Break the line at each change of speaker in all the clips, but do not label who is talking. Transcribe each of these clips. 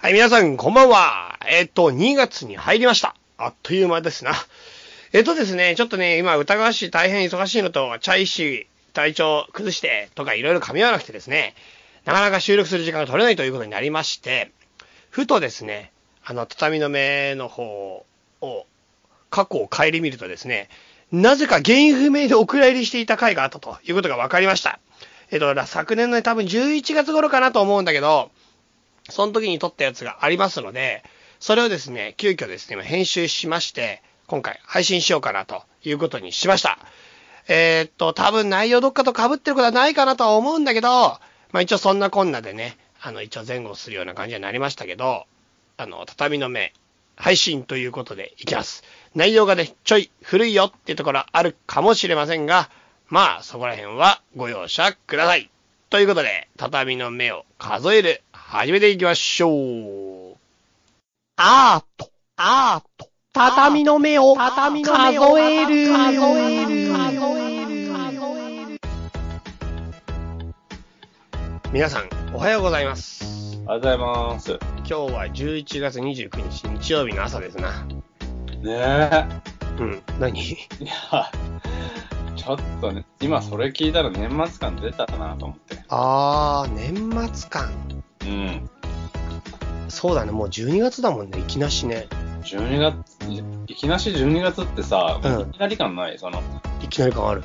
はい、皆さん、こんばんは。えっと、2月に入りました。あっという間ですな。えっとですね、ちょっとね、今、歌川市大変忙しいのと、チャイ市体調崩してとか、いろいろ噛み合わなくてですね、なかなか収録する時間が取れないということになりまして、ふとですね、あの、畳の目の方を、過去を顧みるとですね、なぜか原因不明でお蔵入りしていた回があったということが分かりました。えっと、昨年のね、多分11月頃かなと思うんだけど、その時に撮ったやつがありますので、それをですね、急遽ですね、今編集しまして、今回配信しようかなということにしました。えーっと、多分内容どっかと被ってることはないかなとは思うんだけど、まあ一応そんなこんなでね、あの一応前後するような感じになりましたけど、あの、畳の目、配信ということでいきます。内容がね、ちょい古いよっていうところはあるかもしれませんが、まあそこら辺はご容赦ください。ということで、畳の目を数える、始めていきましょう。アート、アート、畳の目を
畳の
数
目を
える、
数える
皆さん、おはようございます。
ありがとうございます。ね
今日は11月29日、日曜日の朝ですな。
え。いや、
うん、何
ちょっとね、今それ聞いたら年末感出たなと思って。
あー、年末感。
うん。
そうだね、もう12月だもんね、いきなしね。
12月、いきなし12月ってさ、
うん
いきなり感ないその、
いきなり感ある。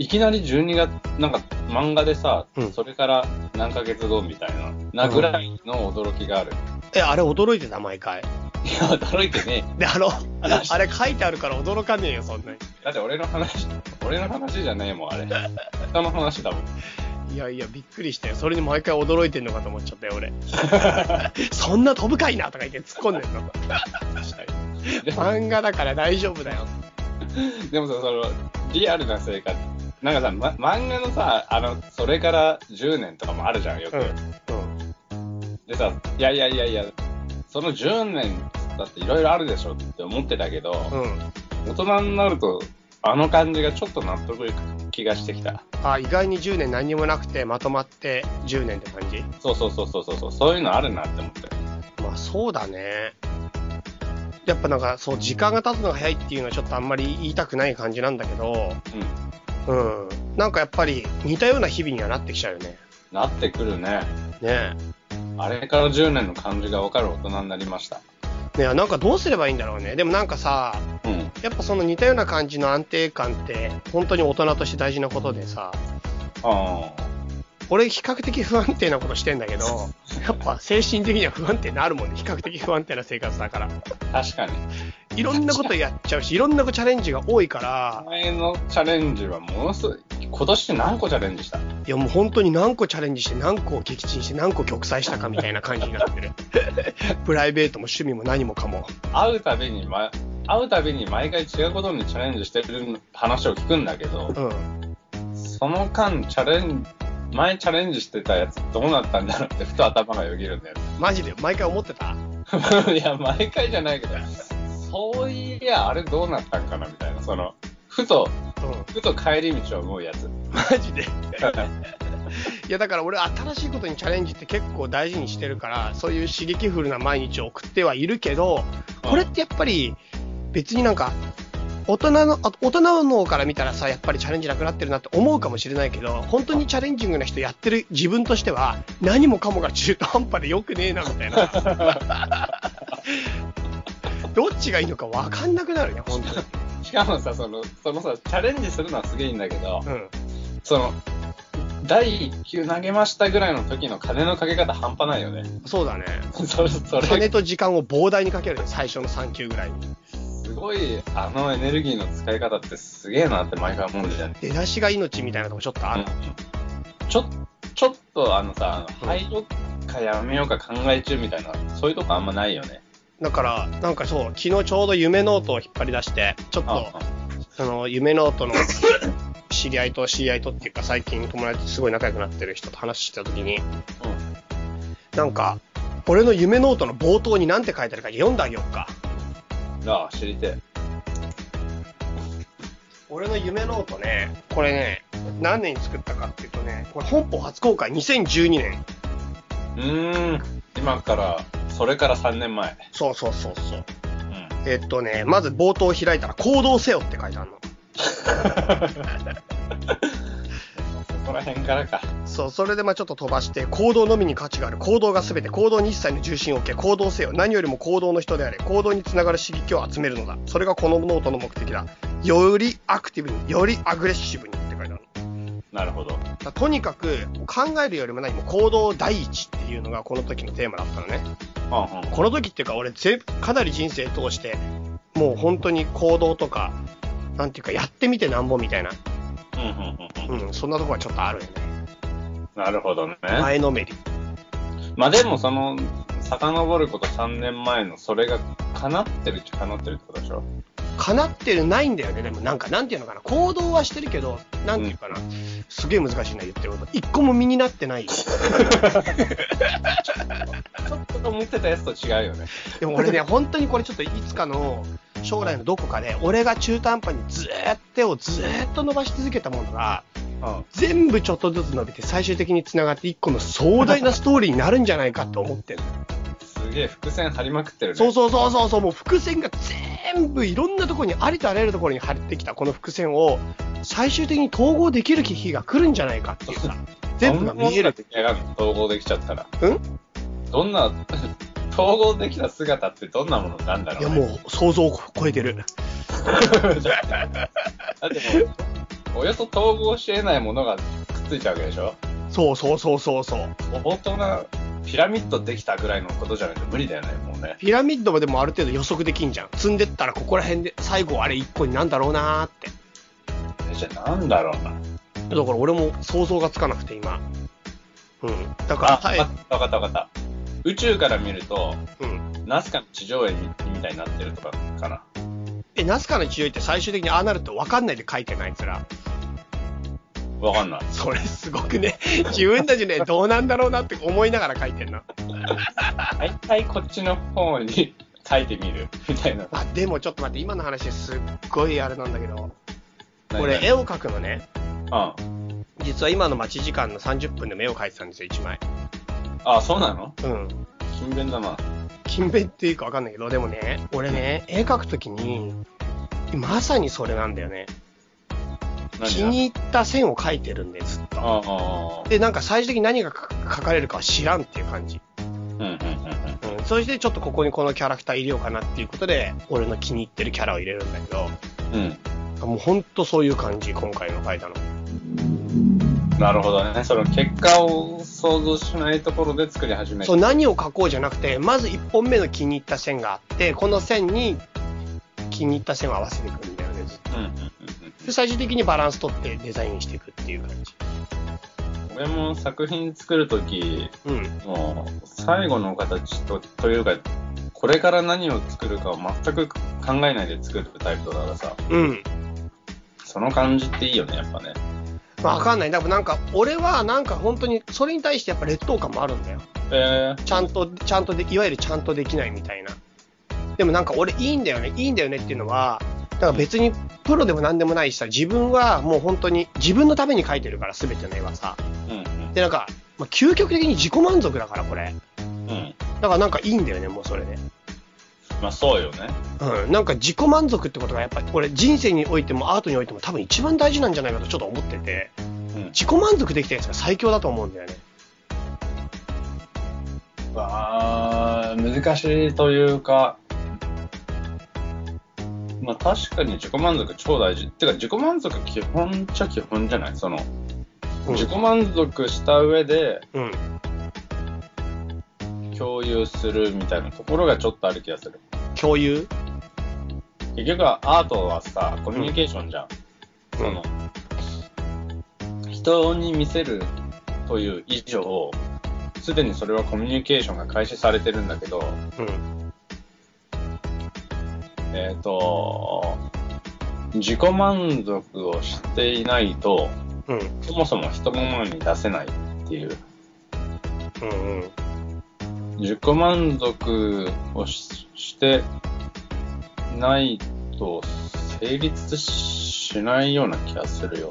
いきなり12月、なんか漫画でさ、
うん
それから何ヶ月後みたいな、なぐらいの驚きがある。
え、あれ驚いてた、毎回。
いや、驚いてね
で、あの、あれ書いてあるから驚かねえよ、そんなに。
え。だって俺の話、俺の話じゃねえも ん、あれ。人の話だもん。
いやいや、びっくりしたよ。それに毎回驚いてんのかと思っちゃったよ、 俺。そんな飛ぶかいなとか言って突っ込んでんの。
確かに。で
漫画だから大丈夫だよ。
でもさ、その、リアルな生活、なんかさ、ま、漫画のさ、あの、それから10年とかもあるじゃん、よく。
うん。うん。
でさ、いやいやいやいや、その10年だっていろいろあるでしょって思ってたけど、
うん。
大人になると、あの感じがちょっと納得いく気がしてきた。
あ、意外に10年何にもなくて、まとまって10年って感じ
そうそうそうそうそう、そういうのあるなって思って。
まあそうだね。やっぱなんか、そう、時間が経つのが早いっていうのはちょっとあんまり言いたくない感じなんだけど、
う
う
ん。
ん。なんかやっぱり似たような日々にはなってきちゃうよね。
なってくるね。
ね
あれから10年の感じがわかる大人になりました。
え。ねえ、なんかどうすればいいんだろうね。でもなんかさ、
うん。
やっぱその似たような感じの安定感って、本当に大人として大事なことでさ、
ああ。
俺比較的不安定なことしてんだけど、やっぱ精神的には不安定になるもんね。比較的不安定な生活だから。
確かに。
いろんなことやっちゃうし、いろんなチャレンジが多いから、
前のチャレンジはものすごい、今年何個チャレンジした
いやもう本当に何個チャレンジして何個を撃沈して何個玉砕したかみたいな感じになってる。プライベートも趣味も何もかも。
会うたびに、ま、会うたびに毎回違うことにチャレンジしてる話を聞くんだけど、
うん。
その間、チャレン前チャレンジしてたやつどうなったんだろうってふと頭がよぎるんだよ
マジで毎回思ってた
ね。 いや、毎回じゃないけど、そういや、あれどうなったんかなみたいな、その、ふと、
うん。
ふと帰り道を思うやつ。
マジで。 いやだから俺新しいことにチャレンジって結構大事にしてるからそういう刺激フルな毎日を送ってはいるけどこれってやっぱり別になんか大人のあ大人の脳から見たらさやっぱりチャレンジなくなってるなって思うかもしれないけど本当にチャレンジングな人やってる自分としては何もかもが中途半端でよくねえなみたいな どっちがいいのか分かんなくなるね本当に。
しかもさ、その、そのさ、チャレンジするのはすげえいいんだけど、
うん
その、第1球投げましたぐらいの時の金のかけ方半端ないよね。
そうだね
それ、それ
金と時間を膨大にかけるね最初の3球ぐらいに。
すごい、あのエネルギーの使い方ってすげえなって毎回思うんじゃん。
出だしが命みたいなとこちょっとある。
ちょ、ちょっとあのさ、あの入ろうかやめようか考え中みたいな、そういうとこあんまないよね。
だから、なんかそう、昨日ちょうど夢ノートを引っ張り出して、ちょっと、その、夢ノートの知り合いと知り合いとっていうか、最近友達とすごい仲良くなってる人と話してた時に、なんか、俺の夢ノートの冒頭に何て書いてあるか読んであげようか。
うん。ああ、知りてえ。
俺の夢ノートね、これね、何年に作ったかっていうとね、これ本邦初公開2012年。
うーん。今からそれから3年前。
そうそうそうそう。
うん。
えっとね、まず冒頭開いたら、行動せよって書いてあるの。
そこら辺からか。
そう、それでまあちょっと飛ばして、行動のみに価値がある。行動が全て。行動に一切の重心を置け。行動せよ。何よりも行動の人であれ。行動につながる刺激を集めるのだ。それがこのノートの目的だ。よりアクティブに、よりアグレッシブにって書いてあるの。
なるほど。
だからとにかく、考えるよりも何も行動第一っていうのがこの時のテーマだったのね。
うんうん。
この時っていうか、俺全、かなり人生通して、もう本当に行動とか、なんていうか、やってみてなんぼみたいな。
うんうんうんう。
うんん、そんなとこはちょっとあるよね。
なるほどね。
前のめり。
まあでもその、遡ること3年前のそれが叶ってるっちゃ叶ってるってことでしょ
叶ってるないんだよね、でもなんか、なんていうのかな、行動はしてるけど、なんていうかな、すげえ難しいな、言ってること、一個も身になってない。
ちょっと思ってたやつと違うよね。
でも俺ね、本当にこれちょっといつかの将来のどこかで、俺が中途半端にずーっと手をずーっと伸ばし続けたものが、
うん。
全部ちょっとずつ伸びて、最終的に繋がって、一個の壮大なストーリーになるんじゃないかと思ってる。
すげえ伏線張りまくってるね。
そうそうそうそうそう、もう伏線が全部いろんなところに、ありとあらゆるところに張ってきたこの伏線を、最終的に統合できる日が来るんじゃないかっていうさ、全部が見える。
どんなものが出来上がるの統合できちゃったら。
うん
どんな、 統合できた姿ってどんなものなんだろう、
い
ね、
や、 もう想像を超えてる。
だってもう、およそ統合し得ないものがくっついちゃうわけでしょ
そうそうそうそうそう。
相当なピラミッドできたぐらいのことじゃないと無理だよね、もうね。
ピラミッドまでもある程度予測できんじゃん。積んでったらここら辺で最後あれ1個になんだろうなーって。
えじゃあなんだろうな。
だから俺も想像がつかなくて今。うん。だから、
あ、
は
わ
い
か。ったわかったわかった。宇宙から見ると、
うん。
ナスカの地上絵みたいになってるとかかな。
え、ナスカの地上絵って最終的にああなると分かんないで書いてないつら。
わかんない。
それすごくね、自分たちね、どうなんだろうなって思いながら書いてんな。
大体こっちの方に書いてみるみたいな。
あ、でもちょっと待って、今の話すっごいあれなんだけど、
何
俺絵を描くのね、
々うん。
実は今の待ち時間の30分でも絵を描いてたんですよ、1枚。
あ、そうなの
うん。
勤勉だな。
勤勉っていうかわかんないけど、でもね、俺ね、絵描くときに、まさにそれなんだよね。
何
気に入った線を描いてるんです。
ああ、
で、なんか最終的に何がか描かれるかは知らんっていう感じ。
うんうんうんうん。
うん。そしてちょっとここにこのキャラクター入れようかなっていうことで、俺の気に入ってるキャラを入れるんだけど、
う
もうほんとそういう感じ、今回の描いたの。
ん。なるほどね。その結果を想像しないところで作り始め
そう、
る。
何を描こうじゃなくて、まず1本目の気に入った線があって、この線に気に入った線を合わせていくんだよね、ずっと
うんうんうん
で、最終的にバランス取ってデザインしていくっていう感じ。
うん。俺も作品作るとき、
うん。
もう最後の形とというか、これから何を作るかを全く考えないで作るタイプだからさ、
うん。
その感じっていいよね、やっぱね。
まあわかんない。だからなんか、俺はなんか本当に、それに対してやっぱ劣等感もあるんだよ。
え
ちゃんと、ちゃんとで、いわゆるちゃんとできないみたいな。でもなんか俺いいんだよね、いいんだよねっていうのは、だから別にプロでも何でもないしさ、自分はもう本当に自分のために描いてるから、全ての絵はさ。
ー、うん
で、なんか、まあ、究極的に自己満足だから、これ。
うん。うん。
だからなんかいいんだよね、もうそれで。
まあそうよね。
うん。なんか自己満足ってことがやっぱり、俺人生においてもアートにおいても多分一番大事なんじゃないかとちょっと思ってて、
うん。
自己満足できたやつが最強だと思うんだよね。
わあ難しいというか、まあ確かに自己満足超大事。ってか自己満足基本っちゃ基本じゃないその、
うん
自己満足した上で
うん。
共有するみたいなところがちょっとある気がする。
共有
結局はアートはさ、コミュニケーションじゃん。
ん
その、人に見せるという以上、すでにそれはコミュニケーションが開始されてるんだけど、
うん。
えっ、と、自己満足をしていないと、
うん。
そもそも人の前に出せないっていう。
うん。うん。
自己満足をししてないと成立しないような気がするよ。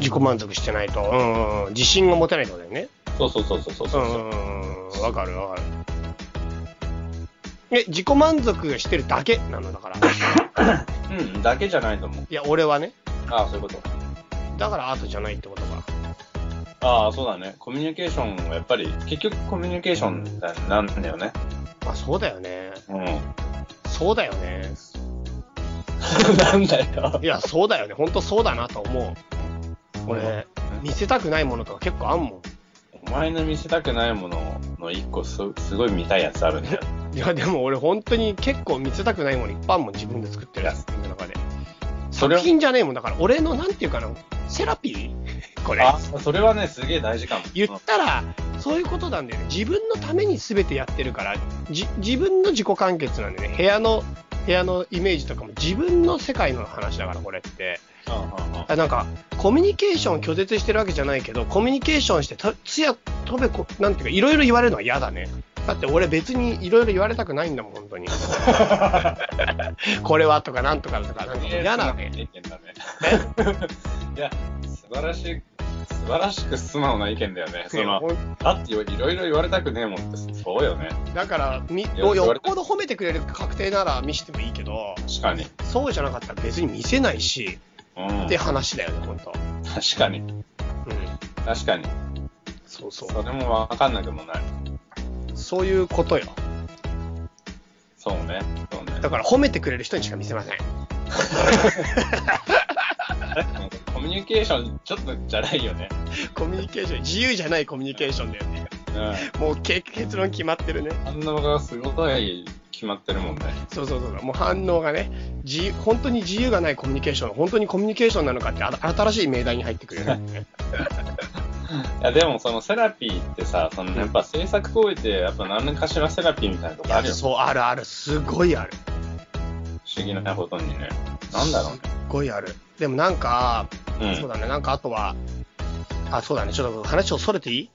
自己満足してないと、うんうんうん、自信が持てないってことだよね。
そうそうそうそうそう
う
そう。
んうんうん。わかるわかる。え、自己満足してるだけなのだから。
うん、だけじゃないと思う。
いや、俺はね。
ああ、そういうこと。
だからアートじゃないってことか。
ああ、そうだね。コミュニケーションはやっぱり、結局コミュニケーションだなんだよね。
まあそうだよね。
うん。
そうだよね。
なんだよ
い。や、そうだよね。ほんとそうだなと思う。俺、見せたくないものとか結構あんも
お前の見せたくないものの一個すすごい見たいやつあるんだよ。
ん。いや、でも俺本当に結構見せたくないものいっぱいあんもん。自分で作ってるやつの中で。
そ
作
れは、
品じゃねえもん。だから俺のなんていうかな、セラピーこれ。
あ、それはね、すげえ大事かも。
言ったら、そういうことなんだよね。自分のために全てやってるから、じ自分の自己完結なんでね。部屋の、部屋のイメージとかも自分の世界の話だから、これって。
うんうんうんうん
あなんかコミュニケーションを拒絶してるわけじゃないけどコミュニケーションしてとつやとべこなんていうかいろいろ言われるのは嫌だねだって俺別にいろいろ言われたくないんだもん本 当にこれはとかなんとかとかなんか嫌だね
い いや、素晴らしい、素晴らしく素直な意見だよね。その、あっていろいろ言われたくねえもんって、そうよね。
だからみ
や
よ
言わ
よ
れ
ったぽど褒めてくれる確定なら見せてもいいけど
確かに。
そうじゃなかったら別に見せないし
うん。
って話だよね本当
確かに。
うん
確かに。
そうそ
そうれもわかんなくもない。
そういうことよ
そうね。そうね。
だから褒めてくれる人にしか見せません
コミュニケーション、ちょっとじゃないよね。
コミュニケーション自由じゃないコミュニケーションだよね
うん。
もうけ結論決まってるね。
反応がすごい決まってるもんね。
そうそうそう。もう反応がね、自由本当に自由がないコミュニケーション、本当にコミュニケーションなのかって、あ新しい命題に入ってくるよね。
いやでもそのセラピーってさ、そのやっぱ制作行為ってやっぱ何かしらセラピーみたいな
い
と こあ
や
るよ。
そう、あるある。すごいある。
不思議なことにね。なんだろ
すっごいある。でもなんか、
うね。。
そううんだね、なんかあとは、あ、そうだね、ちょっと話をそれていい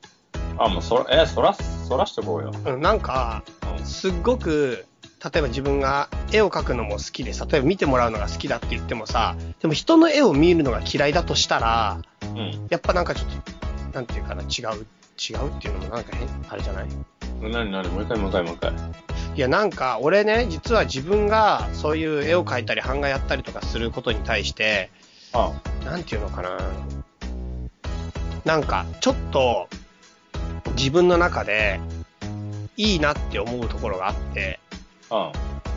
あ、もうそら、え、そら、そらしてこうよ。
うん、なんか、
う
すっごく、例えば自分が絵を描くのも好きで、例えば見てもらうのが好きだって言ってもさ、でも人の絵を見るのが嫌いだとしたら、
ん。うん。
やっぱなんかちょっと、なんていうかな、違う、違うっていうのもなんか変、あれじゃない
なになにもう一回もう一回もう一回。
いや、なんか、俺ね、実は自分がそういう絵を描いたり、版画やったりとかすることに対して、
あ
なんていうのかな、なんか、ちょっと、自分の中で、いいなって思うところがあって、
あ、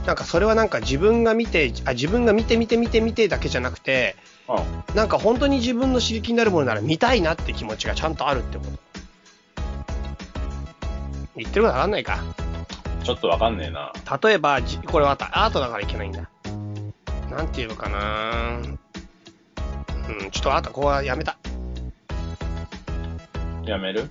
なんかそれはなんか自分が見て、あ、自分が見て見て見て見てだけじゃなくて、
ああ、
なんか本当に自分の刺激になるものなら見たいなって気持ちがちゃんとあるってこと。言ってることわかんないか。
ちょっとわかんねえな。
例えば、じこれはアートだからいけないんだ。なんて言うのかなうん、ちょっとあとここはやめた。
やめる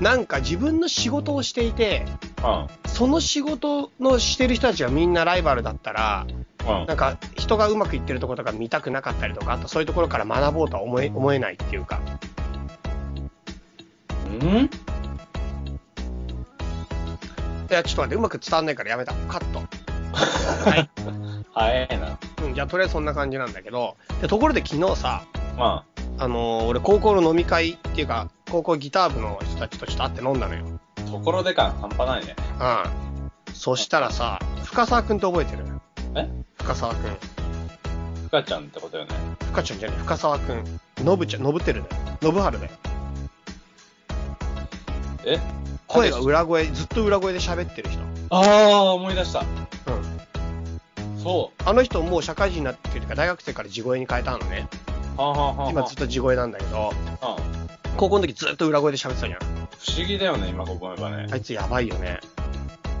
なんか自分の仕事をしていて、
あ
その仕事のしてる人たちがみんなライバルだったら、
あ、
なんか人がうまくいってるところとか見たくなかったりとか、あとそういうところから学ぼうとは思え思えないっていうか。
うん。うん
いや、ちょっと待って、うまく伝わんないからやめた。カット。はい。
早いな。
うん、じゃあとりあえずそんな感じなんだけど、でところで昨日さ、
ま
あのー俺高校の飲み会っていうか、高校ギター部の人たちとちょっと会って飲んだのよ。
あ、ところで感半端ないね。
うん。そしたらさ、深沢くんって覚えてる
え
深沢くん。
ふかちゃんってことよね。
深ちゃんじゃねえ、深沢くん。のぶちゃん、のぶてるだよ。のぶはるだよ。
え
声が裏声、ずっと裏声で喋ってる人。うん。
ああ、思い出した。そ
あの人もう社会人になってるから、大学生から地声に変えたのね。
う。はあ、はあはあ、
今ずっと地声なんだけど、
はあ
高校の時ずっと裏声で喋ってたじゃん。
不思議だよね、今ここ思えばね。
あいつやばいよね。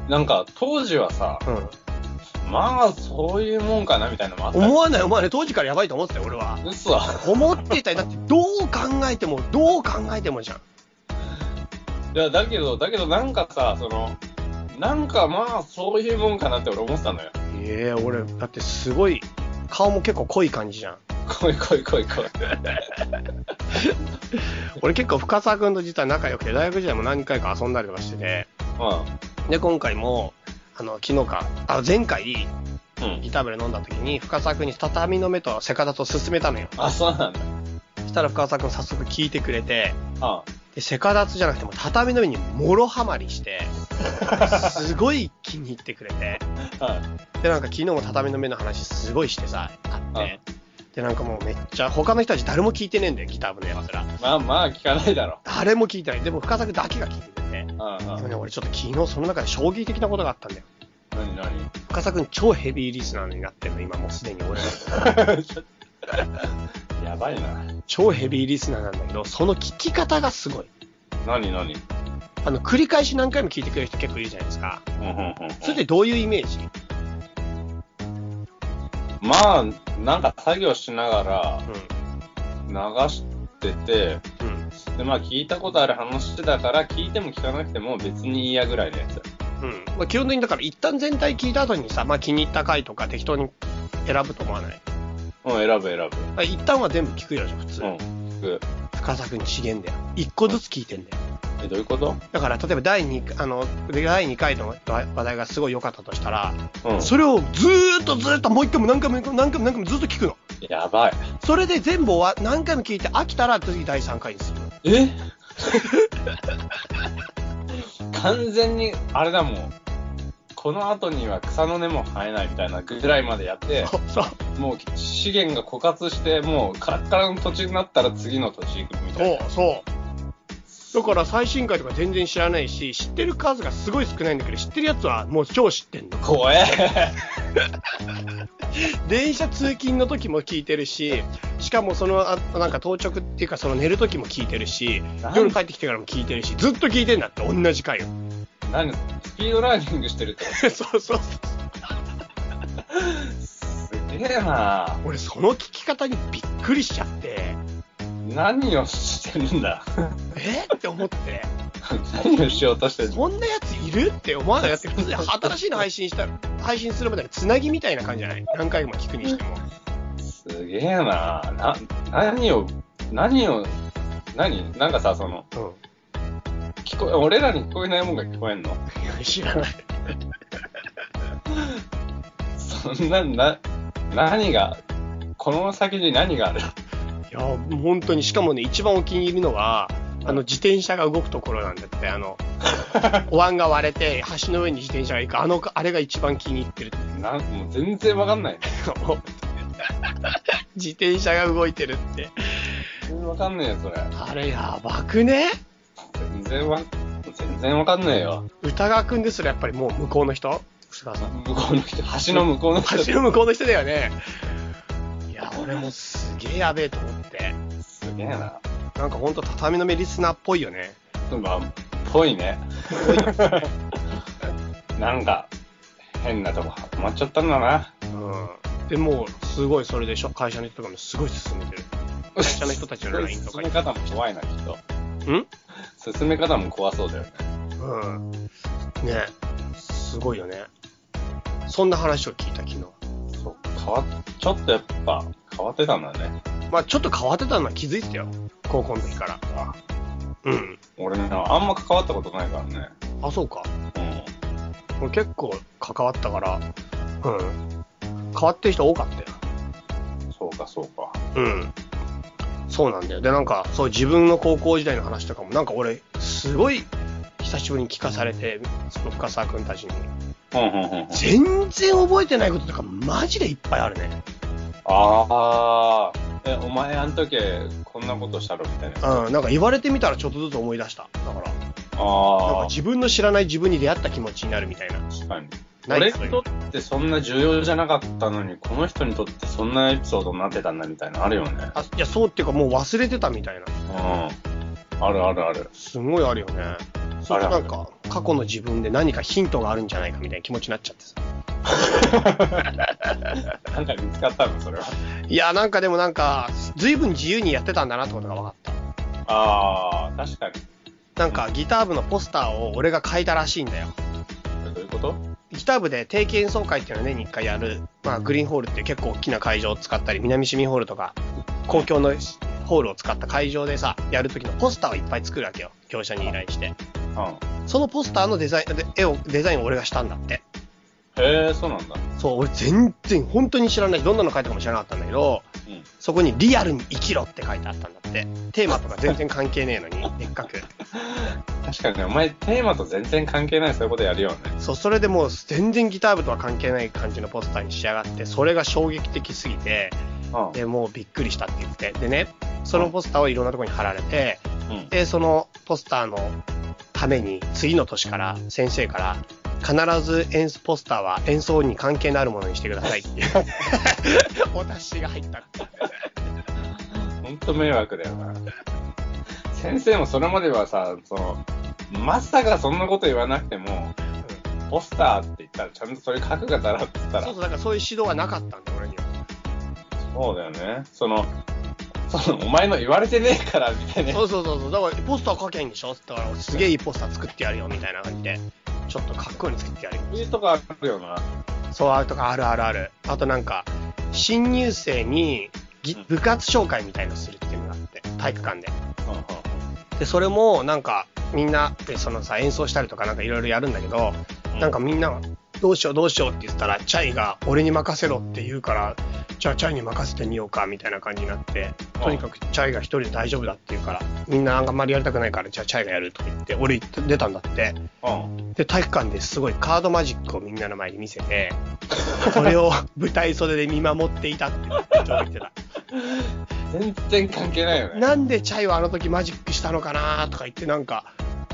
なんか、当時はさ、
うん。
まあ、そういうもんかな、みたいなのもあった
思
よ。
わない、お前ね、当時からやばいと思ってたよ、俺は。
嘘は。
思ってたよ。だって、どう考えても、どう考えてもじゃん。
いや、だけど、だけど、なんかさ、その、なんかまあ、そういうもんかなって俺思ってたのよ。
ええ俺、だってすごい、顔も結構濃い感じじゃん。
来い来い来い来い。
俺結構深沢君と実は仲良くて大学時代も何回か遊んだりとかしててで今回もあの昨日かあ前回
うん。うん。
ギター部で飲んだ時に深沢君に畳の目とセカダと勧めたのよ
あ、そうなんだ。
そしたら深沢君早速聞いてくれて
あ
でセカダツじゃなくても畳の目にもろハマりしてすごい気に入ってくれて。
はい。
で、なんか昨日も畳の目の話すごいしてさ、あっ
あ
て。で、なんかもうめっちゃ、他の人たち誰も聞いてねえんだよ、ギター部のやつら。
まあまあ、聞かないだろ
誰も聞いてない。でも深作だけが聞いてて。
う。うん
で
う
も
ん。
ね、俺ちょっと昨日その中で衝撃的なことがあったんだよ。
何何
深作君超ヘビーリスナーになってるの、今もうすでに俺。
やばいな。
超ヘビーリスナーなんだけど、その聞き方がすごい。
何何
あの、繰り返し何回も聞いてくれる人結構いるじゃないですか。
うんうんうんうん
それってどういうイメージ
まあ、なんか作業しなが
う
ら流してて、
ん。うん。
で、まあ聞いたことある話だから、聞いても聞かなくても別にいいやぐらいのやつ。
うん。まあ、基本的にだから一旦全体聞いた後にさ、まあ気に入った回とか適当に選ぶと思わない。
うん、選ぶ選
まあ、一旦は全部聞くよじゃん、普通。
ぶ。うん、聞く。
深作に資源だよ。一個ずつ聞いてんだよ。
え、どういうこと
だから、例えば第2、あの、第2回の話題がすごい良かったとしたら、
うん。
それをずーっとずーっともう一回も何回も何回も何回も何回もずっと聞くの。
やばい。
それで全部終わ、何回も聞いて飽きたら次第3回にするの。
え 完全に、あれだもん。この後には草の根も生えないみたいなぐらいまでや って、
そう。
もう資源が枯渇して、もうカラッカラの土地になったら次の土地行くみたい
そ
な。
うそう。だから最新回とか全然知らないし、知ってる数がすごい少ないんだけど、知ってるやつはもう超知ってんの。
怖え。
電車通勤の時も聞いてるし、しかもその、あなんか当直っていうかその寝る時も聞いてるし
なん、
夜帰ってきてからも聞いてるし、ずっと聞いてんだって、同じ回を。
何スピードラーニングしてるっ て。
そうそうそう。
すげえな
俺その聞き方にびっくりしちゃって、
何をしてるんだ
えーって思って、
何をしようとしてる
そんなやついるって思わ ないだって、普通に新しいの配信したら、配信するまでのつなぎみたいな感じじゃない何回も聞くにしても。
すげえなな何を何を何なんかさその
うん。
聞こえ俺らに聞こえないもんが聞こえんの
いや知らない。
そんなな何がこの先に何がある
いや、本当に、しかもね、一番お気に入りのは、あの、自転車が動くところなんだって、あ の、お椀が割れて、橋の上に自転車が行く、あの、あれが一番気に入ってる。
なんもう全然わかんない
自転車が動いてるって。
全然わかんねえよそれ
あれ、やばくね
全然わ全然わかんねえよ
歌川くんですら、やっぱりもう向こうの人須川さん。
向こうの人橋の向こうの人
橋の向こうの人だよね。いや、俺もすげえやべえと思って。
すげえな
なんかほんと畳の目リスナーっぽいよね。
まあ、ぽいね。 なんか、変なとこハマっちゃったんだな。
うん。でもう、すごいそれでしょ、会社の人とかもすごい進めてる。会社の人たちの LINE とか
進め方も怖いな、きっと。
うん
進め方も怖そうだよね。
うん。ねすごいよね。そんな話を聞いた昨日。
そう、変わっ、ちょっとやっぱ、変わってたんだね。
まあちょっと変わってたのは気づいてたよ。高校の時から。
あ
うん。
俺ね、あんま関わったことないからね。
あ、そうか。
うん。
俺結構関わったから、うん。変わってる人多かったよ。
そうか、そうか。
うん。そうなんだよ。で、なんか、そう、自分の高校時代の話とかも、なんか俺、すごい、久しぶりに聞かされて、その深沢くんたちに。
うん、うん、うんうん。
全然覚えてないこととか、マジでいっぱいあるね。
あー。え、お前あん時、こんなことしたろみたいな。
うん、なんか言われてみたらちょっとずつ思い出した。だから。なん
あ
か
ー。
自分の知らない自分に出会った気持ちになるみたいな。
確かに。
ない
俺
です
にとってそんな重要じゃなかったのに、この人にとってそんなエピソードになってたんだみたいなのあるよね。
あ、いや、そうっていうかもう忘れてたみたいな。
うん。あるあるある。
すごいあるよね。そう
あるあ
なん
る
か、過去の自分で何かヒントがあるんじゃないかみたいな気持ちになっちゃってさ。
なんか見つかったのそれは。
いや、なんかでもなんか、随分自由にやってたんだなってことが分かった。
ああ、確かに。
なんか、ギター部のポスターを俺が書いたらしいんだよ。
どういうこと
ギター部で定期演奏会っていうのを年に1回やる、まあ、グリーンホールっていう結構大きな会場を使ったり、南市民ホールとか、公共のホールを使った会場でさ、やる時のポスターをいっぱい作るわけよ。業者に依頼して。
うん。
そのポスターのデザイン、で絵を、デザインを俺がしたんだって。
へえ、そうなんだ。
そう、俺全然、本当に知らない。どんなの書いたかも知らなかったんだけど、
うん。
そこにリアルに生きろって書いてあったんだって。テーマとか全然関係ねえのに、でっかく。
確かにね、お前テーマと全然関係ないそういうことやるよね。
そう、それでもう全然ギター部とは関係ない感じのポスターに仕上がって、それが衝撃的すぎて、
うん。
で、もうびっくりしたって言って、でね、そのポスターをいろんなところに貼られて、
うん
で、そのポスターのために、次の年から、先生から、必ず演奏ポスターは演奏に関係のあるものにしてくださいっていうお達しが入ったっていう
ほんと迷惑だよな。先生もそれまではさ、その、まさかそんなこと言わなくても、ポスターって言ったら、ちゃんとそれ書くがだらって言ったら、
そうそう、だからそういう指導がなかったんだ、俺には。
そうだよね。その、その、お前の言われてねえから、みたいな。
そうそうそうそう、だからポスター書けんでしょって言ったから、すげえいいポスター作ってやるよみたいな感じで、ちょっとかっこいいの作ってやるよ。
そういうとこあるよな。
そう、あるとかあるあるある。あとなんか、新入生にぎ
うん
部活紹介みたいのするっていうのがあって、体育館で。
うんうん
で、それもなんか、みんなでそのさ、演奏したりとかなんかいろいろやるんだけど、なんかみんなが、どうしようどうしようって言ったら、チャイが俺に任せろって言うから、じゃあチャイに任せてみようかみたいな感じになって、とにかくチャイが一人で大丈夫だって言うから、みんなあんまりやりたくないから、じゃあチャイがやるとか言って、俺行って出たんだって。
うん。
で、体育館ですごいカードマジックをみんなの前に見せて、これを舞台袖で見守っていたって部長が言ってた。
全然関係ないよね。
なんでチャイはあの時マジックしたのかなとか言ってなんか、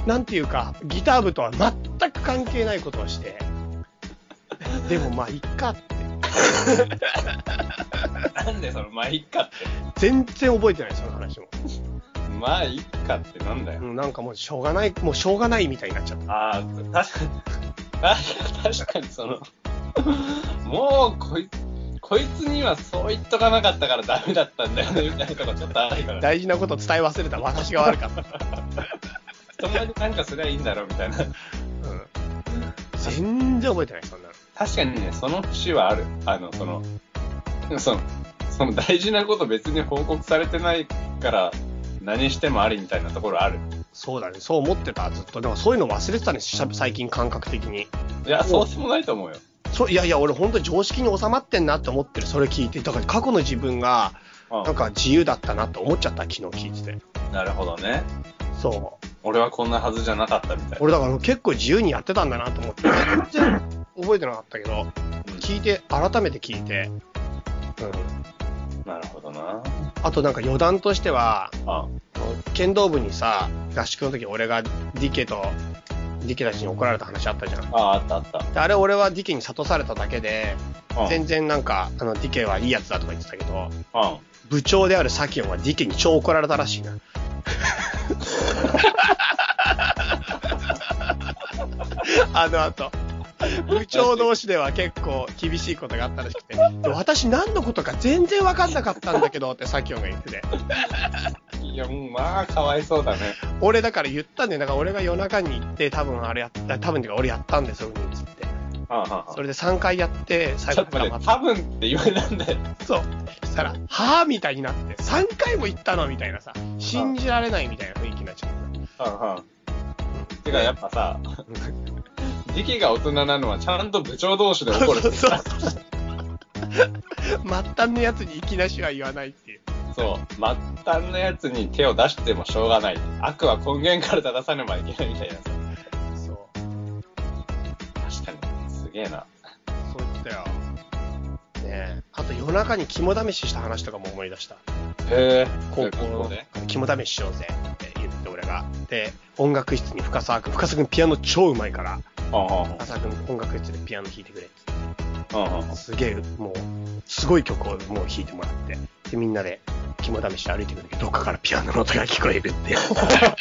なんていうか、ギター部とは全く関係ないことをして、 でもまあ、いっかって、
なんでその、まあいっかって。
全然覚えてない、その話も。
まあいっかってなんだよ。
うんなんかもうしょうがない、もうしょうがないみたいになっちゃった。
ああ、確かに、確かにその、もうこいこいつにはそう言っとかなかったからダメだったんだよね、みたいなとこちょっとあるから、
大事なことを伝え忘れた私が悪かった。
人前でなんかすりゃいいんだろうみたいな。
うん全然覚えてない、そんなの。
確かにね、その節はある。あの、その、その、その大事なこと別に報告されてないから、何してもありみたいなところある。
そうだね、そう思ってた、ずっと。でもそういうの忘れてたね、しゃ最近感覚的に。
いや、そうでもないと思うよ。
そういやいや、俺本当に常識に収まってんなって思ってる、それ聞いて。だから過去の自分が、
うん
なんか自由だったなって思っちゃった、昨日聞いてて。
なるほどね。
そう。
俺はこんなはずじゃなかったみたいな。
俺だから結構自由にやってたんだなと思って、全然覚えてなかったけど、聞いて、改めて聞いて。うん。
うんなるほどな。
あとなんか余談としては、
あ
剣道部にさ、合宿の時俺がディケと、ディケたちに怒られた話あったじゃん。
あ、あったあった。
であれ俺はディケに諭されただけで、
うん
全然なんか、あの、ディケはいいやつだとか言ってたけど、
うん。
部長であるサキオンはディケに超怒られたらしいな。 あの後。部長同士では結構厳しいことがあったらしくて、で私何のことか全然分かんなかったんだけどってサキオンが言ってて。
いや、もうまあ、かわいそうだね。
俺だから言ったんで、だから俺が夜中に行って、多分あれやった、多分っていうか俺やったんで、そういうふうにつって。
はあはあ
それで3回やって、最
ちょ
後
っと
捕
ね
まっ、
多分って言われたんだよ。
た。そう。そしたら、はぁみたいになって、3回も行ったのみたいなさ、信じられないみたいな雰囲気になっちゃっ
はん。てか、やっぱさ、時期が大人なのは、ちゃんと部長同士で
た。
怒る。
そうそうそう。末端のやつに行きなしは言わないっていう。
そう。末端のやつに手を出してもしょうがない。悪は根源から正さねばいけないみたいな
そう。
さ。確かに。すげえな。
そう言ってたよ。ねえ。あと夜中に肝試しした話とかも思い出した。
へえ。
高校の
で。
肝試ししようぜって言って俺が。で、音楽室に深沢君、深沢君ピアノ超うまいから、
うんうん
深沢君音楽室でピアノ弾いてくれって言っ
うんうん
て。すげえ、もう、すごい曲をもう弾いてもらって、で、みんなで肝試し歩いてくる時どっかからピアノの音が聞こえるっていう。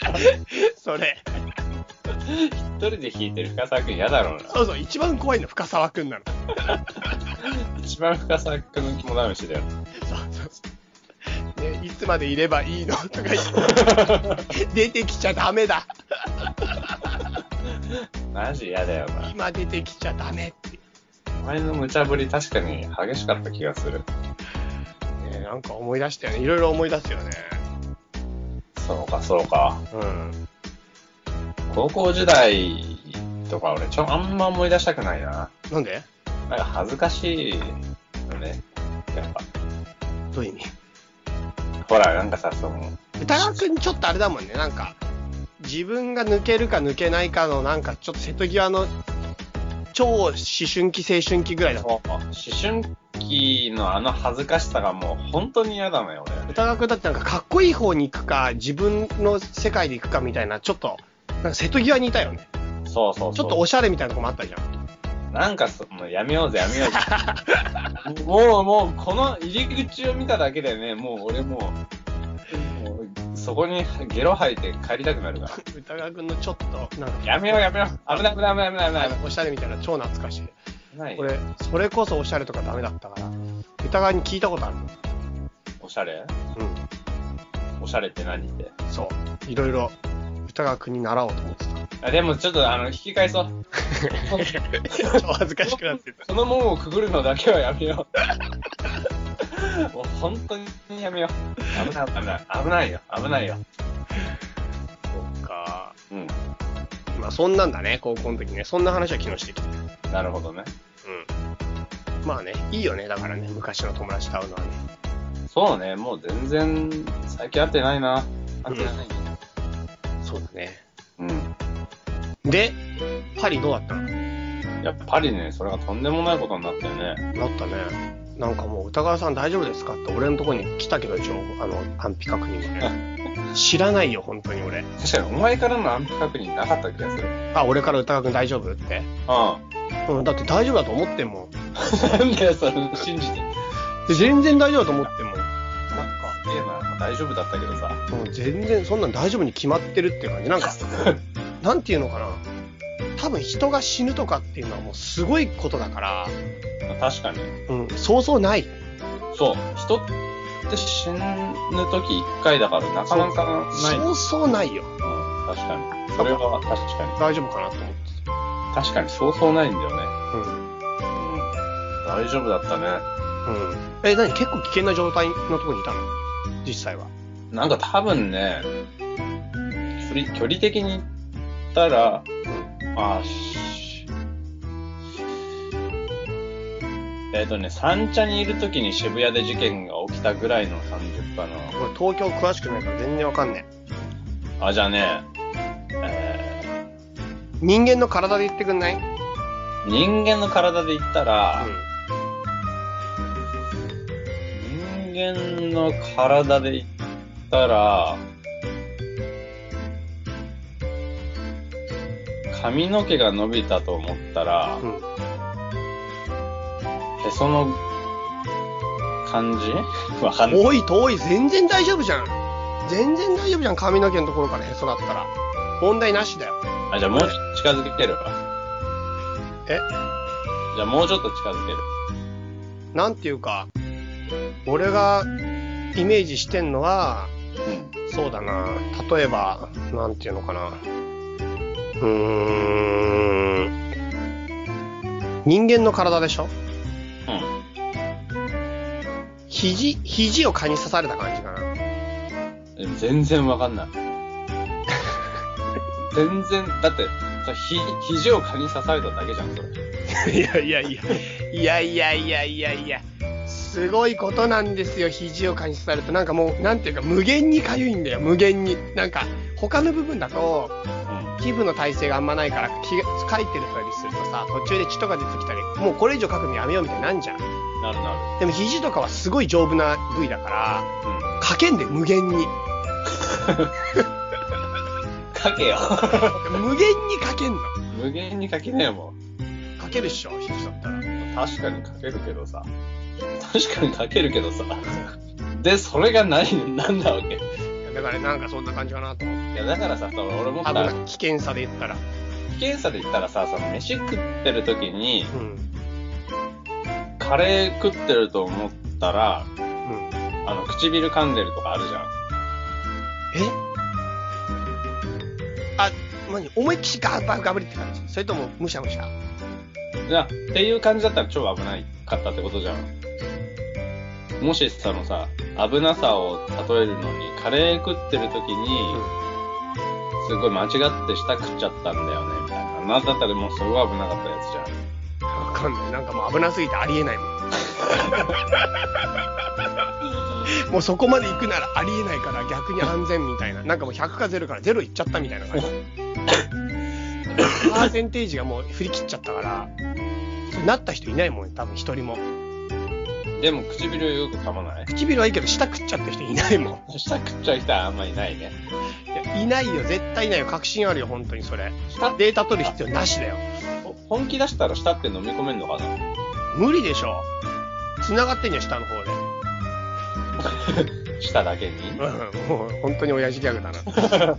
それ、
一人で弾いてる深沢くん嫌だろうな。
そうそう、一番怖いの深沢君なの。
一番深沢くんの肝試しだよ。
そうそうそう。 ね、いつまでいればいいの とか言 って、出てきちゃダメだ
マジ嫌だよな。
今出てきちゃダメって。
お前の無茶ぶり確かに激しかった気がする。
ね、なんか思い出したよね。いろいろ思い出すよね。
そうか、そうか。
うん。
高校時代とか俺、ちょ、あんま思い出したくないな。
なんで
なんか恥ずかしいよね。やっぱ。
どういう意味
ほら、なんかさ、その、
歌川くんちょっとあれだもんね、なんか、自分が抜けるか抜けないかの、なんかちょっと瀬戸際の、超思春期、青春期ぐらいだった。
もう思春期のあの恥ずかしさがもう本当に嫌だね、俺。
歌川君だってなんかかっこいい方に行くか、自分の世界で行くかみたいな、ちょっと、なんか瀬戸際にいたよね。
そうそうそう。
ちょっとおしゃれみたいなとこもあったじゃん。
なんかそ、もうやめようぜ、やめようぜ。もう、もう、この入り口を見ただけでね、もう俺もう、もうそこにゲロ吐いて帰りたくなるか
歌川君のちょっと、なん
ら。やめよう、やめよう。危ない、危ない、危ない、危ない、危ない
か、おしゃれみたいな超懐かしい。
危ない。
俺、それこそおしゃれとかダメだったから、歌川に聞いたことあるの。
おしゃれ
う
おしゃれって何って。
ん。そう。いろいろ、歌川君に習おうと思って た。
あでもちょっと、あの、引き返そう。
超恥ずかしくなってた。
その門をくぐるのだけはやめよう。もう本当にやめよう。危ない、危ない、危ないよ、危ないよ。
そうか。
うん。
まあそんなんだね、高校の時ね。そんな話は昨日してきた。う
なるほどね。
ん。まあね、いいよね、だからね、昔の友達と会うのはね。
そうね、もう全然、最近会ってないな。会ってない。
そうだね。
うん。
で、パリどうだったのなっ
やっぱりね、それがとんでもないことになったよね。
たね。なんかもう、歌川さん大丈夫ですかって俺のとこに来たけど、一応、あの、安否確認がね。 知らないよ、本当に俺。
確かに、お前からの安否確認なかった気がする。
あ、俺から歌川くん大丈夫って。
う
うん、だって大丈夫だと思ってんもん。
ん。なんだよ、それ、信じて。なんか、
で全然大丈夫だと思ってんもん。
いや、まあ、大丈夫だったけどさ。
もう全然そんなん大丈夫に決まってるっていう感じなんかなんていうのかな多分人が死ぬとかっていうのはもうすごいことだから、
確かに。
うん、そうそうない
そう、人って死ぬ時一回だから、なかなかない。
そうそうないよ
うん確かに。それは確かに。
大丈夫かなと思って
確かに、そうそうないんだよ
う
ね。
ん
うん。大丈夫だったね。
うんえ何結構危険な状態のとこにいたの実際は
なんか多分ね、距離距離的に言ったら、まあ、しえっ、とね、三茶にいる時に渋谷で事件が起きたぐらいの30かな。
俺東京詳しくないから全然わかんねえ
あ、じゃあね、え
人間の体で言ってくんない、うん、
ー人間の体で言ったら、人間の体で言ったら、髪の毛が伸びたと思ったら、
うん、
へその 感じわかんない。
遠い遠い全然大丈夫じゃん全然大丈夫じゃん髪の毛のところからへそだったら問題なしだよ
あ、じゃあもうちょっと近づけるわ。
え
じゃあもうちょっと近づける。
なんていうか、俺がイメージしてんのは、そうだな、例えば、なんていうのかな。うーん。人間の体でしょ
うん。
肘、肘を蚊に刺された感じかな。
うん。でも全然わ かんない。全然、だって、それひ、肘を蚊に刺されただけじゃん、それ。
いやいやいや、いやいやいやいやいや、すごいことなんですよ、肘を蚊に刺されると。なんかもう、なんていうか、無限に痒いんだよ、無限に。なんか、他の部分だと、
う
皮膚の耐性があんまないから気が書いてるたりするとさ途中で血とか出てきたりもうこれ以上書くのやめようみたいになんじゃん
ん。なるなる。
でも肘とかはすごい丈夫な部位だから
うん。
書けんで無限に
書けよ。
無限に書けんの
無限に書けねえもん。
書けるっしょ肘だったら
確かに書けるけどさ。確かに書けるけどさ。で、それが何、なんだわけ。い
だからなんかそんな感じかなと思って
や、だからさ、その俺も
危
さ
な、い危険さで言ったら
危険さで言ったらさ、その飯食ってる時に、
うんうん
カレー食ってると思ったら、あの、唇噛んでるとかあるじゃん。
えあ何思いっきしガーバーガブリって感じそれともむしゃむしゃ
なっていう感じだったら超危ないかったってことじゃん。もしそのさ、危なさを例えるのに、カレー食ってる時に、すごい間違って下食っちゃったんだよね、みたいな。なんだったらもうすごい危なかったやつじ
わかんないなんかもう危なすぎてありえないもんもうそこまで行くならありえないから逆に安全みたいな。なんかもう100か0から0いっちゃったみたいな感じ。パーセンテージがもう振り切っちゃったから、そうなった人いないもんね、多分一人も。
でも唇よく噛まない
唇はいいけど舌食っちゃった人いないもん。
下食っちゃう人はあんまりいないね。
いやいないよ、絶対いないよ。確信あるよ、本当にそれ。
下
データ取る必要なしだよ。
本気出したら下って飲み込めるのかな
無理でしょ。繋がってんじゃん、下の方で。
下だけに
うん、もう本当に親父ギャグだな。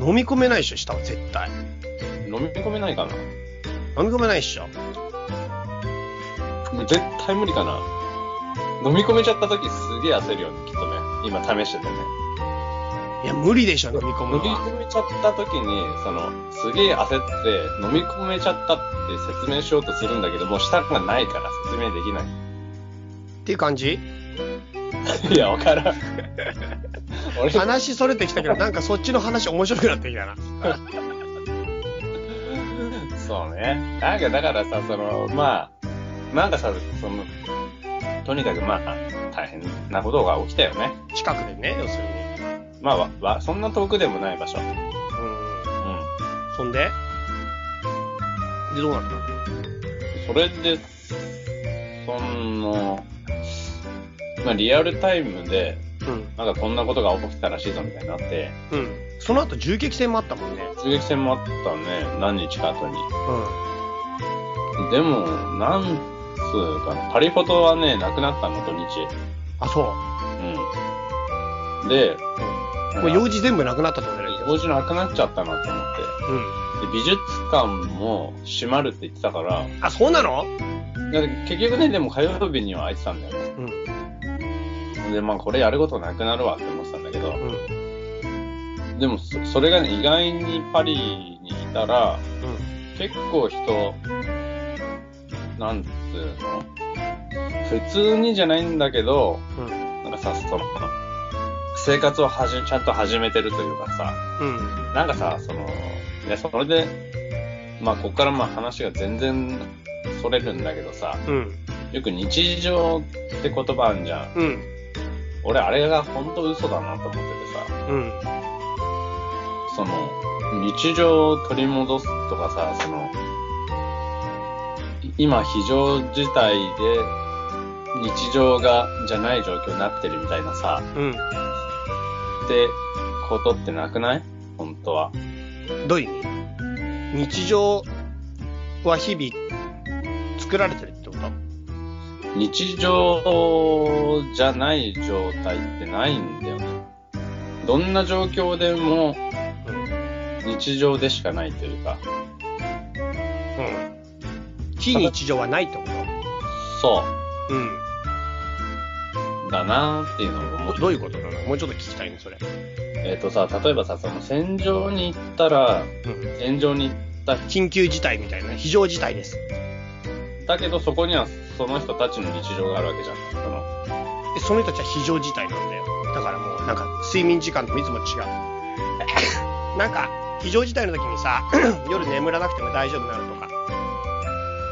飲み込めないでしょ、下は絶対。
飲み込めないかな
飲み込めないでしょ。
絶対無理かな飲み込めちゃった時すげえ焦るよね、きっとね。今試しててね。
いや、無理でしょ、飲み込むの
飲み
は。
込めちゃった時に、その、すげえ焦って、飲み込めちゃったって説明しようとするんだけど、もう下がないから説明できない。
っていう感じ
いや、わからん。俺、
話それてきたけど、なんかそっちの話面白くなってきたな。
そうね。なんか、だからさ、その、まあ、なんかさ、その、とにかくまあ、大変なことが起きたよね。
近くでね、要するに。
まあ、わわ、そんな遠くでもない場所。うん。
うん。そんでで、どうなったの
それで、その、まあ、リアルタイムで、
うん。
なんかこんなことが起きたらしいぞみたいになって、
うん。その後、銃撃戦もあったもんね。
銃撃戦もあったね、何日か後に。
う
でも、なんつうかな、パリフォトはね、なくなったの、土日。
ん。あ、そ
うん。で、
う。もう用事全部なくなったってことだよ。
用事なくなっちゃったなと思って。
うん。
で美術館も閉まるって言ってたから、
あ、そうなの
だから結局ね、でも火曜日には空いてたんだよね。
うん。うん。
で、まあこれやることなくなるわって思ってたんだけど、でもそそれがね、意外にパリにいたら、
う
結構人、なんつうの普通にじゃないんだけど、
ん。うん。
なんかさ、その、生活をはじ、ちゃんと始めてるというかさ、
うん。
なんかさ、その、ね、それで、まあ、こっからまあ話が全然それるんだけどさ、
うん。
よく日常って言葉あんじゃん。
うん。
俺、あれが本当嘘だなと思っててさ、
うん。
その、日常を取り戻すとかさ、その、い今非常事態で日常が、じゃない状況になってるみたいなさ、
うん。
ってことってなくない本当は。
どういう意味日常は日々作られてるってこと
日常じゃない状態ってないんだよね。どんな状況で
う
も
ん。
日常でしかないというか。
非日常はないってこ
そ
とうん。
うだなっていうのを思う。
どういうことなのもうちょっと聞きたいね、それ。
えっ、とさ、例えばさ、その戦場に行ったら、
うん。
戦場に行った人
緊急事態みたいな、非常事態です。
だけど、そこにはその人たちの日常があるわけじゃん。その
でその人たちは非常事態なんだよ。だからもう、なんか、睡眠時間といつも違う。 なんか、非常事態の時にさ、 夜眠らなくても大丈夫になるとか。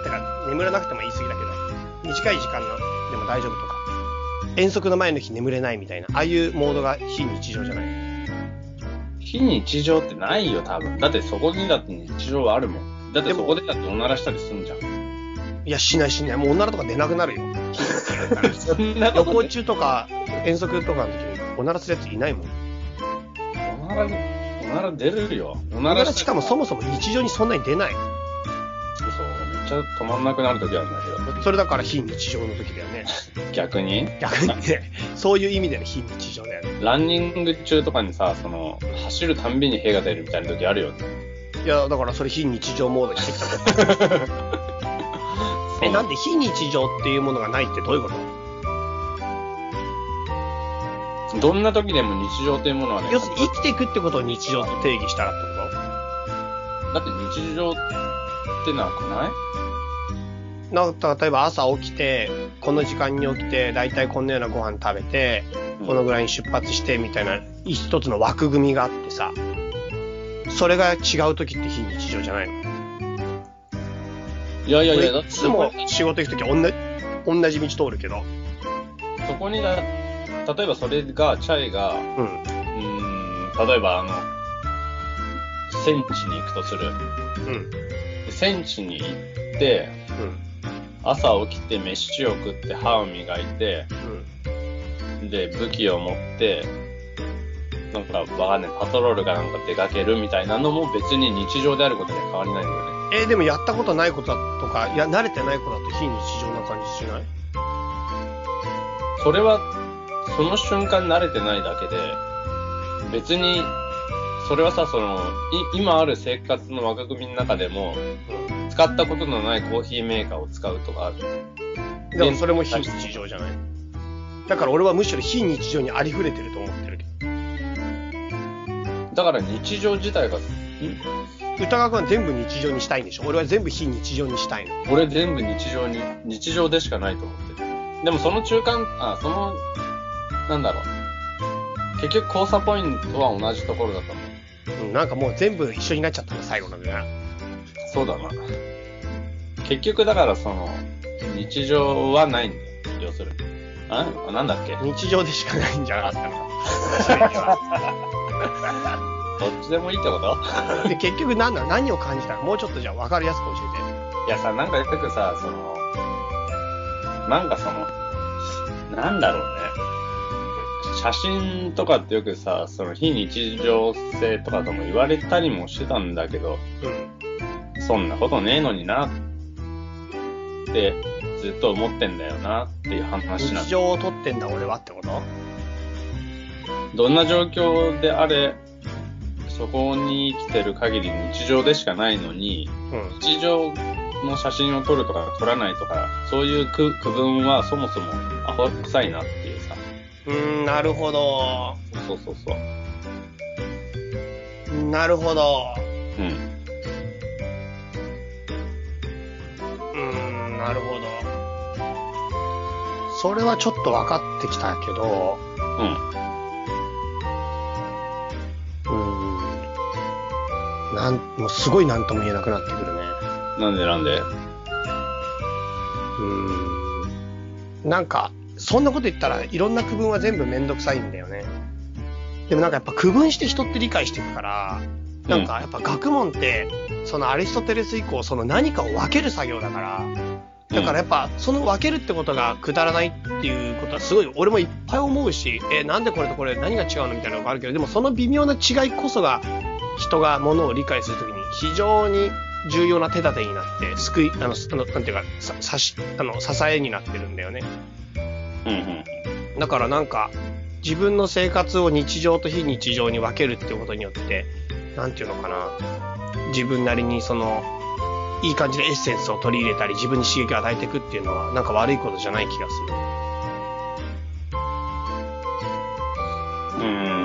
てか、眠らなくても言い過ぎだけど、短い時間のでも大丈夫とか。遠足の前の日眠れないみたいな、ああいうモードが非日常じゃない。
非日常ってないよ、多分。だってそこにだって日常はあるもん。だって
でも
そこでだっておならしたりすんじゃん。
いや、しないしない。もう女の子とか出なくなるよ。
そんな
旅
こと
行
ね
中とか、遠足とかの時に、おならするやついないもん。
おなら、おなら出るよ。お
お
な
な
ら
らしかもそ
も
もそも日常にそんなに出ない。
そう、めっちゃ止まんなくなるときあるんだ
それだから非日常の時だよね。
けど、逆に、
逆にね、そういう意味での非日常だよね。
ランニング中とかにさ、その、走るたんびに屁が出るみたいなときあるよね。
いや、だからそれ非日常モードにしてきたもん。え、なんで非日常っていうものがないってどういうこと
どんなときでも日常というものはね、
要するに生きていくってことを日常と定義したらってこ
だって日常ってなくない
となんか例えば朝起きて、この時間に起きて、だいたいこんなようなご飯食べて、このぐらいに出発してみたいな一つの枠組みがあってさ、それが違う時って非日常じゃないの
いやいやい
俺
や、だっ
い
て
つも仕事行くときは同じ同じ道通るけど、
そこにだ、例えばそれが、チャイが、う
うん、
ーん、例えばあの、戦地に行くとする。
うん、
で戦地に行って、
うん、
朝起きて飯を食って歯を磨いて、
うん。
で、武器を持って、なんか、わかんない、パトロールがなんか出かけるみたいなのも別に日常であることには変わりないんだよね。
えーでもやったことないことだとか、いや、慣れてないことだと非日常な感じしない
それは、その瞬間慣れてないだけで、別に、それはさ、その、い今ある生活の枠組みの中でも、使ったことのないコーヒーメーカーを使うとか、
でもそれも非日常じゃない。だから俺はむしろ非日常にありふれてると思ってる。
だから日常自体が、ん
歌川君は全部日常にしたいんでしょ俺は全部非日常にしたいの。
俺全部日常に、日常でしかないと思ってる。でもその中間、あ、その、なんだろう。結局交差ポイントは同じところだと思う。
うん、なんかもう全部一緒になっちゃったの、最後のが。
そうだな。結局だからその、日常はないんだよ。要するに。あ、なんだっけどっ
日常でしかないんじゃなかったの。
ちでもいいってこと
で、結局何なの 何を感じたのもうちょっとじゃあ分かりやすく教え
いやさ、なんかよくさ、その、なんかその、なんだろうね。写真とかってよくさ、その非日常性とかとも言われたりもしてたんだけど、
て。
そんなことねえのになってずっと思ってんだよなっていう
うん。
話な
日
んだ
常を撮ってんだ俺はってこと
どんな状況であれ、そこに生きてる限り日常でしかないのに、
うん。
日常の写真を撮るとか撮らないとか、そういう区区分はそもそもアホ臭いなっていうさ。
うーん、なるほど。
そうそうそう。
なるほど。
う
う
ん。
ーん、なるほど。それはちょっと分かってきたけど、
うん。
うーん。なん、もうすごい何とも言えなくなってくるね。
なんでなんで
うーん。なんか、そんなこと言ったらいろんな区分は全部めんどくさいんだよね。でもなんかやっぱ区分して人って理解していくから、なんかやっぱ学問って、そのアリストテレス以降、その何かを分ける作業だから、だからやっぱその分けるってことがくだらないっていうことはすごい俺もいっぱい思うし、えーなんでこれとこれ何が違うのみたいなのがあるけどでもその微妙な違いこそが人がものを理解するときに非常に重要な手立てになって救いあのすあのなんていうかささしあの支えになってるんだよね
うんうん。
だからなんか自分の生活を日常と非日常に分けるっていうことによってなんていうのかな自分なりにそのいい感じでエッセンスを取り入れたり自分に刺激を与えていくっていうのはなんか悪いことじゃない気がする。
うー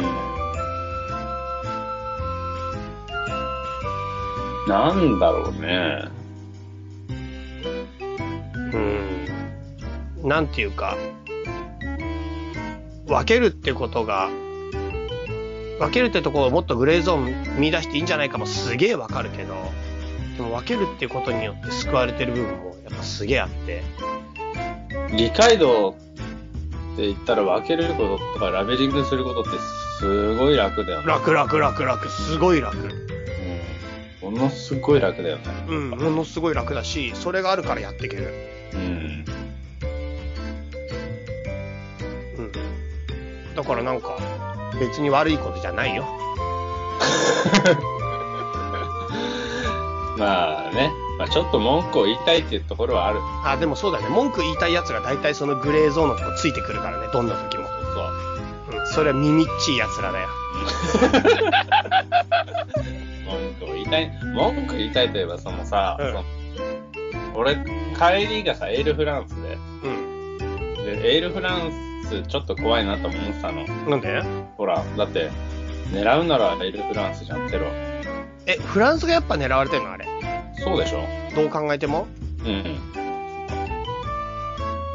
んなんだろうね。
うんなんていうか、分けるってことが、分けるってところをもっとグレーゾーン見出していいんじゃないかもすげえわかるけど、でも分けるってことによって救われてる部分もやっぱすげえあって、
理解度って言ったら分けることとかラベリングすることってすごい楽だよね。
楽楽楽楽、すごい楽。
うん。ものすごい楽だよね。
うん、ものすごい楽だし、それがあるからやっていける。
うん。
うん。だからなんか、別に悪いことじゃないよ。
まあね、まあ、ちょっと文句を言いたいっていうところはある。
あ、でもそうだね。文句言いたいやつが大体そのグレーゾーンのとこついてくるからね、どんな時も。
そうそう。
うんそれは耳っちいやつらだよ。
文句を言いたい、文句言いたいといえば、そのさ、
うん
その俺、帰りがさ、エールフランスで、
うん。
で、エールフランスちょっと怖いなと思ってたの。
なんで
ほら、だって、狙うならエールフランスじゃん、テロ。
え、フランスがやっぱ狙われてるのあれ。
そうでしょ
どう考えても
うん。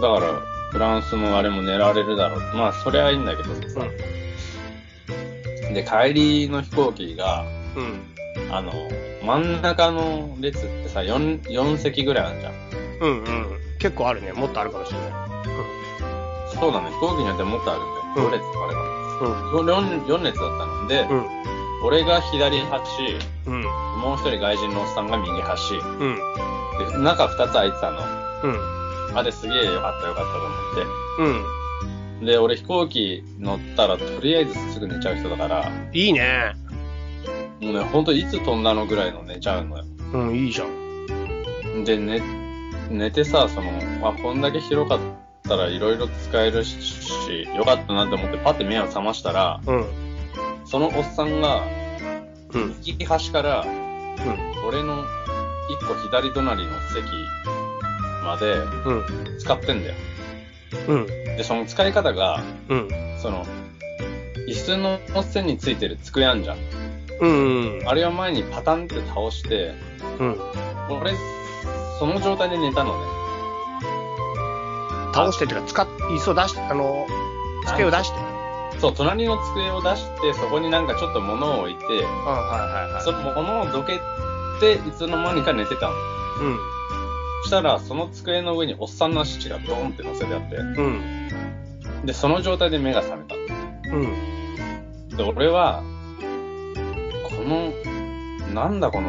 だから、フランスのあれも狙われるだろう。まあ、それはいいんだけどさ、
う
で、帰りの飛行機が、
ん。
あの、真ん中の列ってさ、4、4席ぐらいあるじゃん。
うんうん。結構あるね。もっとあるかもしれない。
そうなの、飛行機によってもっとあるんだよ。
うん
4列とかあれば。
うん。
4、4列だったので、
うん。
俺が左端、
うん。
もう一人外人のおっさんが右端。
うん。
で、中2つ空いてたの。
うん。
あれすげえよかったよかったと思
うん。
って。で、俺飛行機乗ったら、とりあえずすぐ寝ちゃう人だから、も
いいね。
うね、ほんといつ飛んだのぐらいの寝ちゃうのよ。
うん、いいじゃん。
で、寝、寝てさ、その、まあ、こんだけ広かったらいろいろ使えるし、よかったなって思ってパッて目を覚ましたら、
うん。
そのおっさんが、
うん。
右端から、
うん。
俺の一個左隣の席まで
うん。
使ってんだよ。
うん。
で、その使い方が、
うん。
その、椅子の線についてる机あんじゃん。
うん。
あれを前にパタンって倒して、
うん。
俺、その状態で寝たのね。
倒してっていうか、使っ、椅子を出して、あの、机を出して。
そう、隣の机を出して、そこになんかちょっと物を置いて、
うん、はいはいはい。
その物をどけて、いつの間にか寝てたの。
うん。
そしたら、その机の上におっさんの足がドーンって乗せてあって、
うん。
で、その状態で目が覚めた。
うん。
で、俺は、この、なんだこの、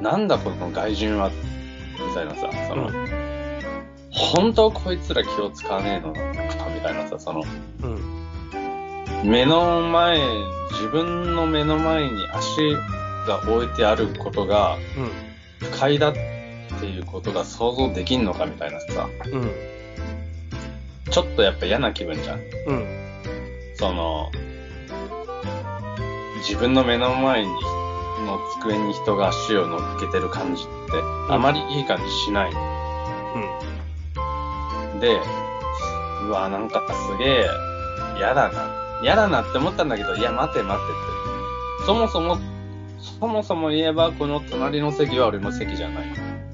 なんだこの外人は、みたいなさ、その、
う
本当こいつら気を使わねえのか、みたいなさ、その、
うん。
目の前、自分の目の前に足が置いてあることが不快だっていうことが想像できんのかみたいなさ、
うん。うん。
ちょっとやっぱ嫌な気分じゃん。
うん。
その、自分の目の前に、の机に人が足を乗っけてる感じって、あまりいい感じしない。で、うわ、なんかすげえ、嫌だな。嫌だなって思ったんだけど、いや、待て待てって。そもそも、そもそも言えば、この隣の席は俺の席じゃない。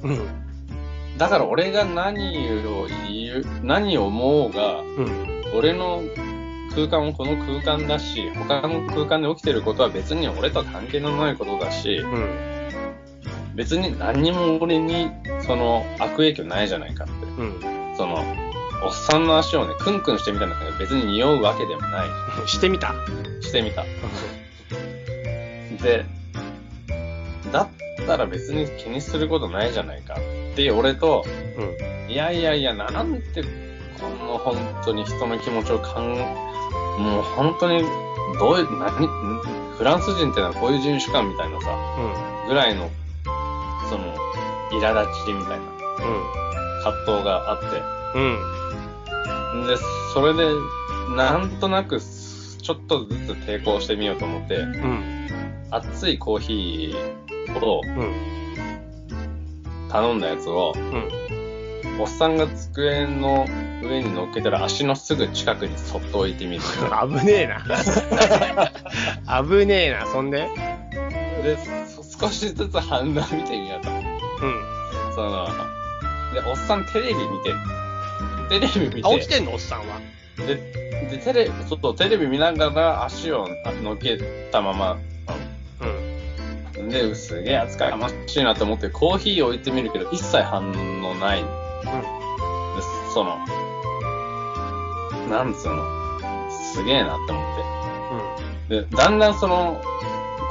うん。うん。
だから俺が何を言う、何を思おうが、
うん。
俺の空間をこの空間だし、他の空間で起きてることは別に俺とは関係のないことだし、
うん。
別に何にも俺に、その、悪影響ないじゃないかって。
うん。
その、おっさんの足をね、クンクンしてみたんだけど、別に匂うわけでもない。
してみた。
してみた。で、だったら別に気にすることないじゃないか。って、俺と、
うん。
いやいやいや、なんて、この本当に人の気持ちを考え、もう本当に、どういう、何、んフランス人ってのはこういう人種かみたいなさ、
うん。
ぐらいの、その、苛立ちみたいな葛藤があって、
うん。
で、それで、なんとなく、ちょっとずつ抵抗してみようと思って、
うん。うん。
熱いコーヒーを
うん。
頼んだやつを、
うん。
おっさんが机の上に乗っけたら足のすぐ近くにそっと置いてみる。
危ねえな。危ねえな、そんで。
で、そ少しずつ反応見てみようと。
うん。
その、で、おっさんテレビ見てる。テレビ見
あ、起き
て、
てんのおっさんは。
で、で、テレビ、ちょっとテレビ見ながら足を乗っけたまま、
うん。
で、すげえ扱いがましいなと思って、コーヒー置いてみるけど、一切反応ない。でその、なんつうの、すげえなって思って。で、だんだんその、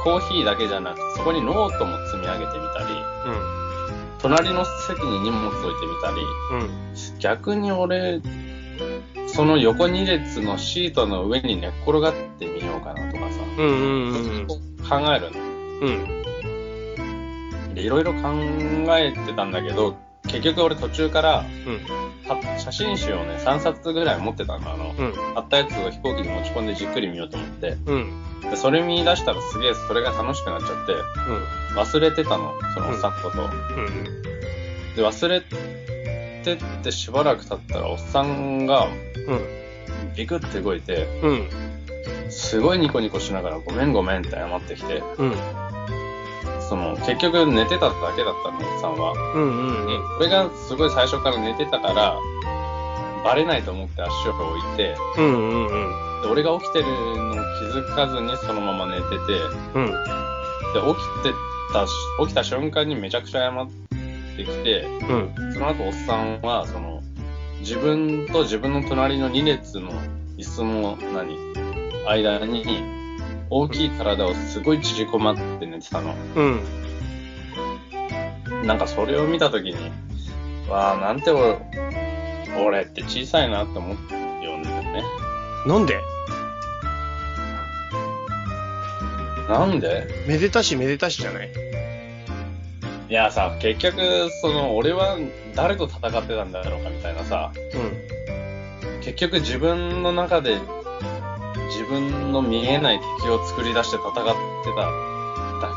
コーヒーだけじゃなくて、そこにノートも積み上げてみたり、
うん。
隣の席に荷物置いてみたり、
うん。うん。
逆に俺、その横2列のシートの上に寝っ転がってみようかなとかさ、
うん。うん。
考えるの。
うん。
で、いろいろ考えてたんだけど、結局俺途中から、
うん。
た写真集をね、3冊ぐらい持ってたの、あの、
うん。
買ったやつを飛行機に持ち込んでじっくり見ようと思って、
うん。
で、それ見出したらすげえそれが楽しくなっちゃって、忘れてたの、そのおっさんのことを。
うん。
で、忘れてってしばらく経ったら、おっさんが
うん。
ビクって動いて、
うん。
すごいニコニコしながら、ごめんごめんって謝ってきて、
うん。
その、結局寝てただけだったの、おっさんは。
うん。うん。
で、俺がすごい最初から寝てたから、バレないと思って足を置いて、
うん。うん。うん。
で俺が起きてるのを気づかずにそのまま寝てて、
うん。
で、起きてたし、起きた瞬間にめちゃくちゃ謝ってきて、
うん。
その後おっさんは、その、自分と自分の隣の2列の椅子の、何、間に、大きい体をすごい縮こまって寝てたの。
うん。
なんかそれを見たときに、わあ、なんて俺、俺って小さいなって思ってよね。
なんで
なんで
めでたしめでたしじゃない
いやさ、結局、その、俺は誰と戦ってたんだろうかみたいなさ、
う
結局自分の中で、自分の見えない敵を作り出して戦ってただ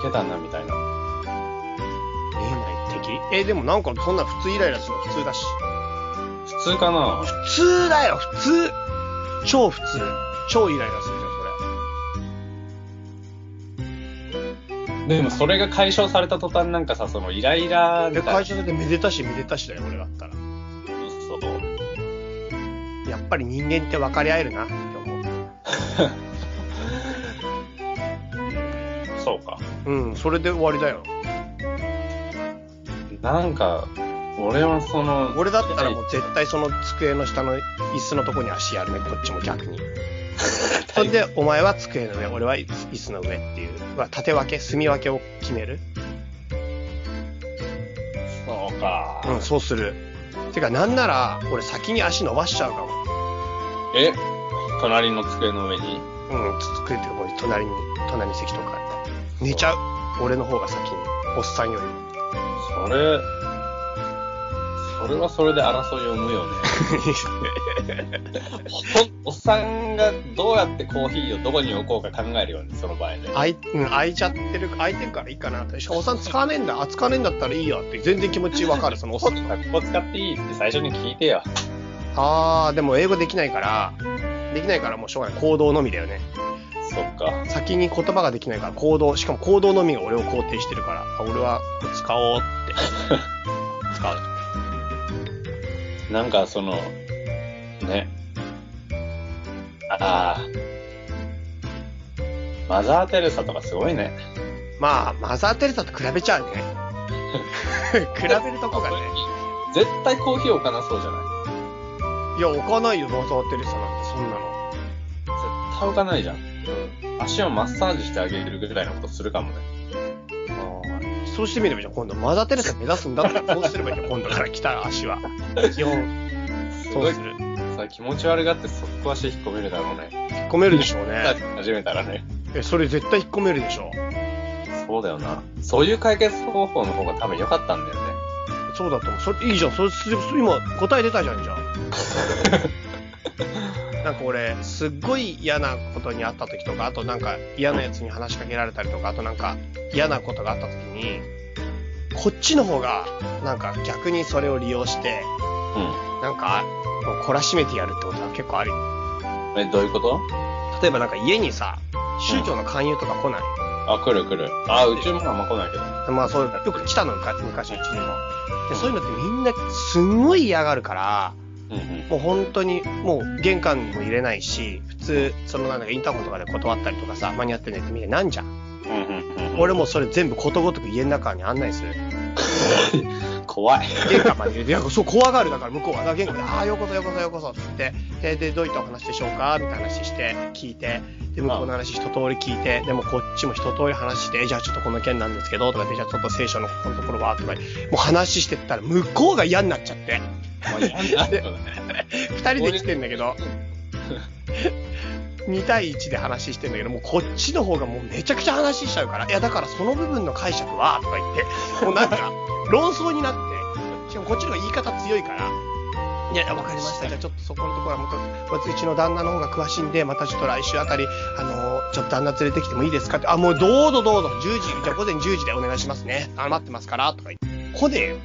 けだな、みたいな。
ん。見えない敵え、でもなんかそんな普通イライラするの普通だし。
普通かな
普通だよ、普通。超普通。超イライラするじゃん、
でもそれが解消された途端なんかさ、そのイライラ
そ
み
れ。で、
た
会
いな。
社でめでたしめでたしだよ、俺だったら。
そう。
やっぱり人間って分かり合えるな、今日も。
そうか。
うん、それで終わりだよ。
なんか、俺はその、
俺だったらもう絶対その机の下の椅子のとこに足やるね、こっちも逆に。それで、お前は机の上、俺は椅子の上っていう、まあ縦分け、隅分けを決める。
そうか。
うん、そうする。てか、なんなら、俺先に足伸ばしちゃうかも。
え隣の机の上に
うん、机ってこう隣に、隣の席とか。寝ちゃう。俺の方が先に。おっさんより も。
それ、それはそれで争いを生むよ ね。おおっさんがどうやってコーヒーをどこに置こうか考えるよね、その場合ね。
あい、うん、開いちゃってる、開いてるからいいかなって。おっさん使わねえんだ、あ使わねえんだったらいいよって、全然気持ちわかる、そのおっさん。
ここ使っていいって最初に聞いてよ。
あー、でも英語できないから、できないからもうしょうがない。行動のみだよね。
そっか。
先に言葉ができないから行動、しかも行動のみが俺を肯定してるから、あ俺はこれ使おうって。使う。
なんかその、ね。ああ。マザー・テレサとかすごいね。
まあ、マザー・テレサと比べちゃうね。比べるとこがね。
絶対コーヒー置かなそうじゃない
いや、置かないよ、マザー・テレサなんて、そんなの。
絶対置かないじゃん。足をマッサージしてあげるぐらいのことするかもね。
そうしてみればいいじゃん、今度。マザー・テレサ目指すんだったら、そうすればいいじゃん、今度から来た足は。基本、
す
そ
ご
う
い
する。
さ、気持ち悪がってそこ足引っ込めるだろうね。
引っ込めるでしょうね。
始めたらね。
え、それ絶対引っ込めるでしょう。
そうだよな。そういう解決方法の方が多分良かったんだよね。
そうだと思う。それいいじゃん。それ、それ今、答え出たじゃん、じゃあ。なんか俺、すっごい嫌なことにあった時とか、あとなんか嫌なやつに話しかけられたりとか、あとなんか嫌なことがあった時に、こっちの方が、なんか逆にそれを利用して、なんか、もう懲らしめてやるってことは結構あるよ。
うん。え、どういうこと
例えばなんか家にさ、宗教の勧誘とか来ない、
あ、来る来る。あ、うちもあんま来ないけど。
まあそういう、よく来たの、昔昔うちにも。で、そういうのってみんなすんごい嫌がるから、
うんうん。
もう本当に、もう玄関にも入れないし、普通、そのなんだかインターホンとかで断ったりとかさ、間に合ってねってみんななんじゃん。
うんうんうん。
俺もうそれ全部ことごとく家の中に案内する。
怖い。
玄関まで入れて、いや、そう怖がるだから向こうは、だから玄関で、ああ、ようこそようこそようこそって言って、で、でどういったお話でしょうかみたいな話して、聞いて、で、向こうの話一通り聞いて、でもこっちも一通り話して、じゃあちょっとこの件なんですけど、とかで、じゃあちょっと聖書のここのところは、とか、もう話してったら向こうが嫌になっちゃって、
まあ 嫌になるよね
二人で来てんだけ ど、2対1で話してんだけど、もうこっちの方がもうめちゃくちゃ話しちゃうから、いやだからその部分の解釈は、とか言って、もう なんか論争になって、しかもこっちの方が言い方強いから、いやいや、わかりました。じゃあちょっとそこのところはもうと、うちの旦那の方が詳しいんで、またちょっと来週あたり、あのーちょっと旦那連れてきてもいいですかって、あ、もうどうぞどうぞ、10時、じゃあ午前10時でお願いしますね。あ、待ってますから、とか言って、来ねえよ。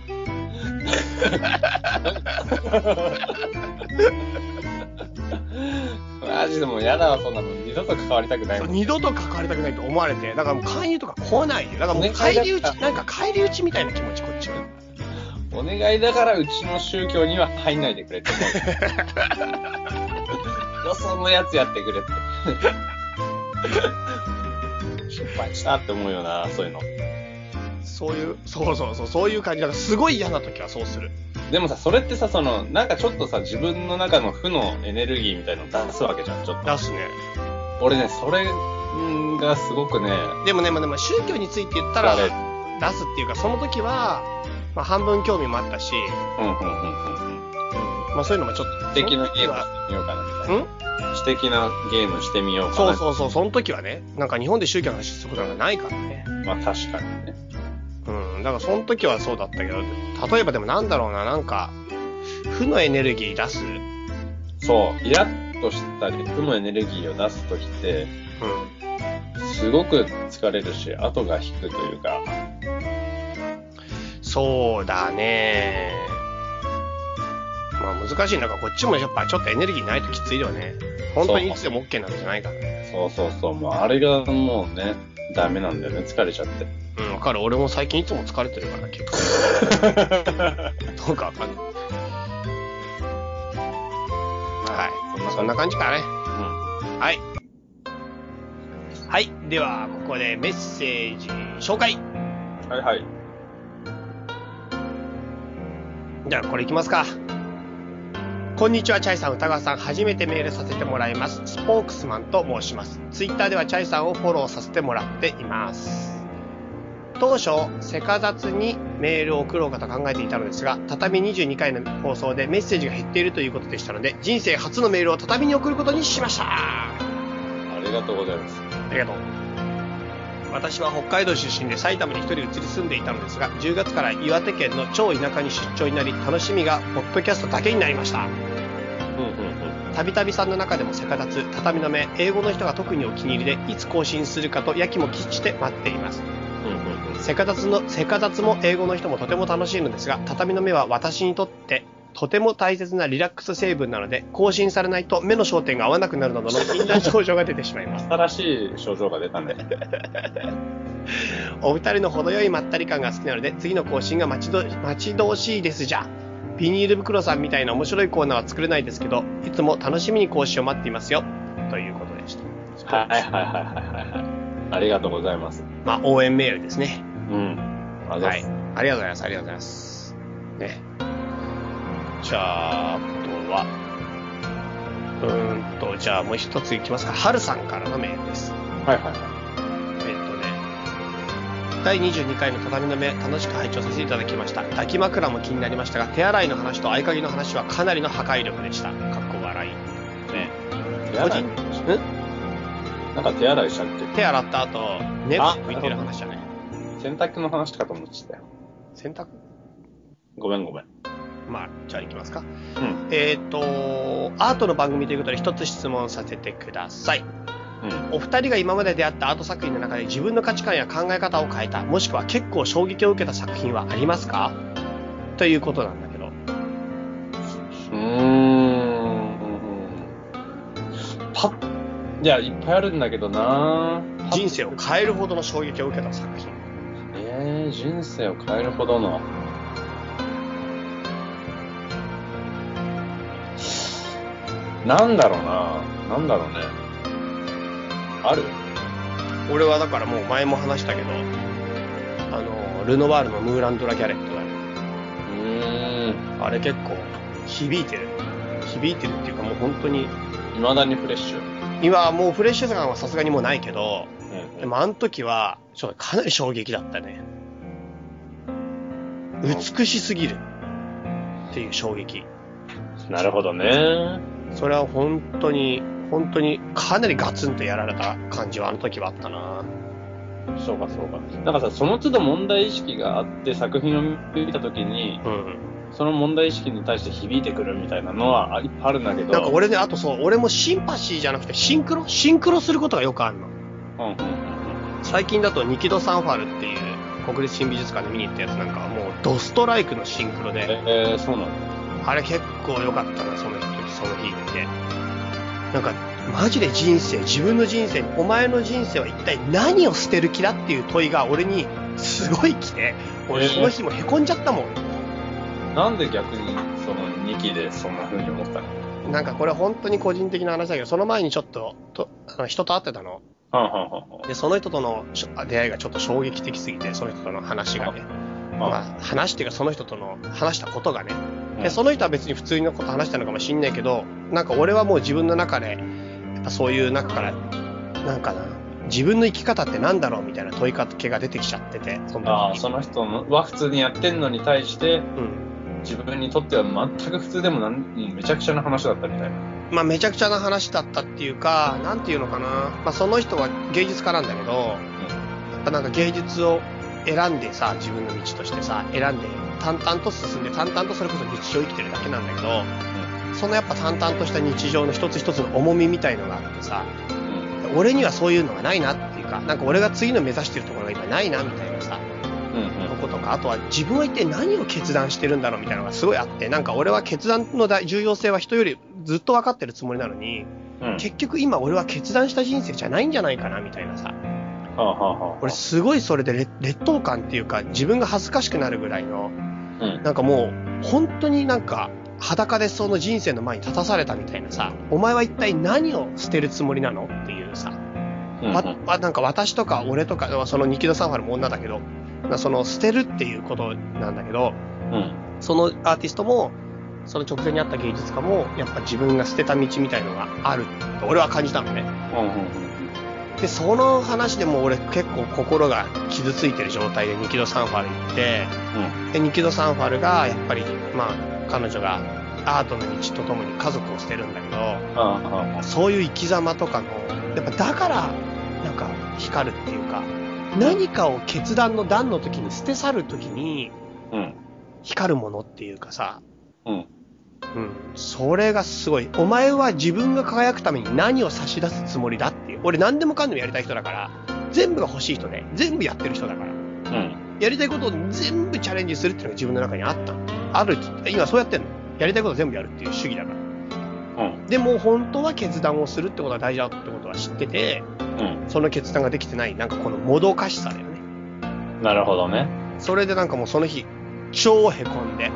マジでもう嫌だわ、そんなの。二度と関わりたくないもん。
二度と関わりたくないと思われて、だからもう勧誘とか来ないよ。だからもう返り討ち、なんか返り討ちみたいな気持ち、こっちは。
お願いだからうちの宗教には入んないでくれって 思う。よそのやつやってくれって。失敗したって思うよな、そういうの。
そういう、そうそうそう、そういう感じ。だからすごい嫌な時はそうする。
でもさ、それってさ、その、なんかちょっとさ、自分の中の負のエネルギーみたいの出すわけじゃん、ちょっと。
出すね。
俺ね、それんがすごくね、
でもね、まあ、でも宗教について言ったら、
疲
出
れ
すっていうか、その時は、まあ、半分興味もあったし、
うんうんうんうんうん。
まあ、そういうのもちょっと。
知的なゲーム
は
してみようかな、みたいな。
ん
知的なゲームしてみようか
そ
な。
うそうそう、その時はね、なんか日本で宗教の話することなんかないからね。
まあ確かにね。
うん、だからその時はそうだったけど、例えばでもなんだろうな、なんか、負のエネルギー出す。うん。
そう、イラッとしたり、負のエネルギーを出すときって、すごく疲れるし、後が引くというか、
そうだね。まあ難しい。なんかこっちもやっぱちょっとエネルギーないときついよね。本当にいつでも OK なんじゃないからね。
そうそうそう、もうあれがもうね、ダメなんだよね、疲れちゃって。
うん、わかる。俺も最近いつも疲れてるから結構。どうかわかんない。はい。そんな感じかね。
うん。
はい。はい。では、ここでメッセージ紹介。
はいはい。
じゃあこれいきますか。こんにちは、チャイさん、歌川さん。初めてメールさせてもらいます。スポークスマンと申します。ツイッターではチャイさんをフォローさせてもらっています。当初、せかざつにメールを送ろうかと考えていたのですが、畳22回の放送でメッセージが減っているということでしたので、人生初のメールを畳に送ることにしました。あ
ありがとうございます。
りがとう。私は北海道出身で埼玉に一人移り住んでいたのですが、10月から岩手県の超田舎に出張になり、楽しみがポッドキャストだけになりました。
うんうん
たびたびさんの中でもせか立つ畳の目英語の人が特にお気に入りでいつ更新するかとやきもきして待っています
うん。うんうんうん。
せか立つのせか立つも英語の人もとても楽しいのですが畳の目は私にとってとても大切なリラックス成分なので更新されないと目の焦点が合わなくなるなどの禁断症状が出てしまいます
新しい症状が出たね。
お二人の程よいまったり感が好きなので次の更新が待ちど待ち遠しいですじゃビニール袋さんみたいな面白いコーナーは作れないですけどいつも楽しみに更新を待っていますよということでした
はいはいはいはいはいはい。ありがとうございます。
まあ、応援メールですね。
うん。ありがとうござ
はいい
ます。。
ありがとうございます。ありがとうございます。ね。じゃあ、あとは、うーんと、じゃあもう一ついきますか。はるさんからのメールです。
はいはいは
えっとね、第22回の畳の目、楽しく拝聴させていただきました。抱き枕も気になりましたが、手洗いの話と合鍵の話はかなりの破壊力でした。かっこ笑い。
い。ね。手
個
洗い
人、ん
なんか手洗いしたっ
手洗った後、猫拭いてる話じゃない。
け洗濯の話かと思ってたよ。
洗濯
ごめんごめん。
まあ、じゃあ行きますか。
うん。
えー、と、アートの番組ということで一つ質問させてください。
うん。
お二人が今まで出会ったアート作品の中で自分の価値観や考え方を変えた、もしくは結構衝撃を受けた作品はありますかということなんだけど。
うーん。パッ、いや、いっぱいあるんだけどなパッ
人生を変えるほどの衝撃を受けた作品。
えー、人生を変えるほどの。なんだろうななんだろうね。ある
俺はだからもう前も話したけど、あの、ルノワールのムーランドラ・ギャレットだね。
うーん。
あれ結構響いてる。響いてるっていうかもう本当に、
未だにフレッシュ。
今はもうフレッシュさ感はさすがにもうないけど、
うん
でもあの時は、ちょっとかなり衝撃だったね。美しすぎるっていう衝撃。
なるほどね。
それは本当に、本当にかなりガツンとやられた感じはあの時はあったな。
そうかそうか。なんかさ、その都度問題意識があって作品を見たときに、
うん。
その問題意識に対して響いてくるみたいなのはあいっぱいあるんだけど。
なんか俺ね、あとそう、俺もシンパシーじゃなくてシンクロシンクロすることがよくあるの。
うんうんうん
最近だとニキド・サンファルっていう国立新美術館で見に行ったやつなんかはもうドストライクのシンクロで、
うん。えー、そうなんだ。
あれ結構良かったな、その時、その日って。なんか、マジで人生、自分の人生に、お前の人生は一体何を捨てる気だっていう問いが俺にすごい来て、俺
えー
その日も凹んじゃったもん。
なんで逆にその2期でそんな風に思ったの
なんかこれ本当に個人的な話だけど、その前にちょっと、とあの人と会ってたの。
はんはんはんはん
で、その人とのしょ出会いがちょっと衝撃的すぎて、その人との話がね、まあ、話っていうかその人との話したことがね、
う
で
ん
その人は別に普通のこと話したのかもしんないけどなんか俺はもう自分の中でやっぱそういう中からなんかな自分の生き方ってなんだろうみたいな問いかけが出てきちゃっててその
ああ、その人は普通にやってんのに対して、
時うん
自分にとっては全く普通でもなんうんめちゃくちゃな話だったみたいな。
まあめちゃくちゃな話だったっていうかなんていうのかな、まあ、その人は芸術家なんだけどやっぱなんか芸術を選んでさ自分の道としてさ選んで淡々と進んで淡々とそれこそ日常生きてるだけなんだけどそのやっぱ淡々とした日常の一つ一つの重みみたいのがあってさ
うん
俺にはそういうのがないなっていうか、なんか俺が次の目指してるところが今ないなみたいなさ、
うんうん
とことか、あとは自分は一体何を決断してるんだろうみたいなのがすごいあって、なんか俺は決断の大重要性は人よりずっと分かってるつもりなのに、
うん
結局今俺は決断した人生じゃないんじゃないかなみたいなさ、
はあはあはあ
俺すごいそれで劣劣等感っていうか、自分が恥ずかしくなるぐらいの、
うん
なんかもう本当になんか裸でその人生の前に立たされたみたいなさ、お前は一体何を捨てるつもりなのっていうさ、
うん
わわなんか私とか俺とか、そのニキド・サンファルも女だけど、なその捨てるっていうことなんだけど、
うん
そのアーティストも、その直前にあった芸術家も、やっぱ自分が捨てた道みたいのがあると俺は感じたのね。
うんうん
で、その話でもう俺結構心が傷ついてる状態でニキド・サンファル行って、で、ニキド・サンファルが、やっぱり、まあ、彼女がアートの道とともに家族を捨てるんだけど、
うんはあはあはあ
そういう生き様とかの、やっぱだから、なんか光るっていうか、何かを決断の段の時に捨て去る時に
うん
光るものっていうかさ、
うん
うん、それがすごい。お前は自分が輝くために何を差し出すつもりだっていう。俺何でもかんでもやりたい人だから、全部が欲しい人で、全部やってる人だから。
うん
やりたいことを全部チャレンジするっていうのが自分の中にあったの。ある、今そうやってんの。やりたいこと全部やるっていう主義だから。
うん
でも本当は決断をするってことが大事だってことは知ってて、
うん
その決断ができてない、なんかこのもどかしさだよね。
なるほどね。
それでなんかもうその日、超へこんで、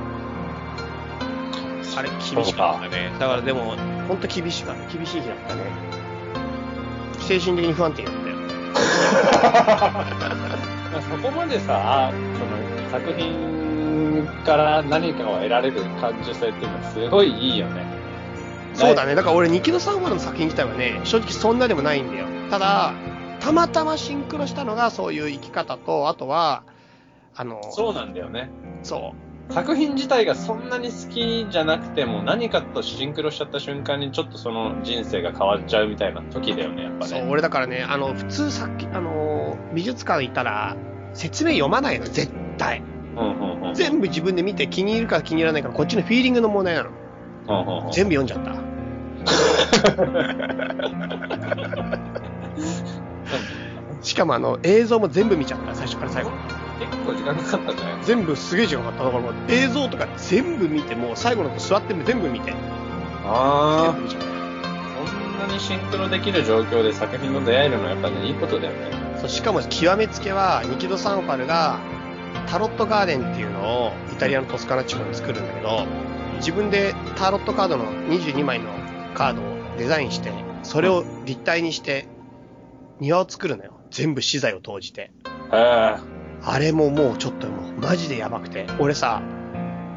あれ、厳しかったね。だからでも、本当厳しかった。厳しい日だったね。精神的に不安定だったよ。
そこまでさ、その作品から何かを得られる感受性っていうのはすごいいいよね。
そうだ
ね。
ね。だから俺、ニキノサンファルの作品自体はね、正直そんなでもないんだよ。ただ、たまたまシンクロしたのがそういう生き方と、あとは、あの、
そうなんだよね。
そう
作品自体がそんなに好きじゃなくても何かとシンクロしちゃった瞬間にちょっとその人生が変わっちゃうみたいな時だよね、やっぱ
そう
ね。
俺だからねあの普通さっきあの美術館行ったら説明読まないの絶対
うんうんうん。
全部自分で見て気に入るか気に入らないかこっちのフィーリングの問題なの
うんうんうん
全部読んじゃったしかもあの映像も全部見ちゃった最初から最後
結構時間かかったんじゃない
全部すげえ時間かかっただからもう映像とか全部見てもう最後のとこ座ってるの全部見て全部
あ
見ちゃっ
あ。そんなにシンクロできる状況で作品と出会えるのはやっぱね、いいことだよね。
たそうしかも極めつけはニキド・サンファルがタロットガーデンっていうのをイタリアのトスカーナ地方に作るんだけど自分でタロットカードの22枚のカードをデザインして、それを立体にして、庭を作るのよ。全部資材を投じて。
へ
あれももうちょっともう、マジでやばくて。俺さ、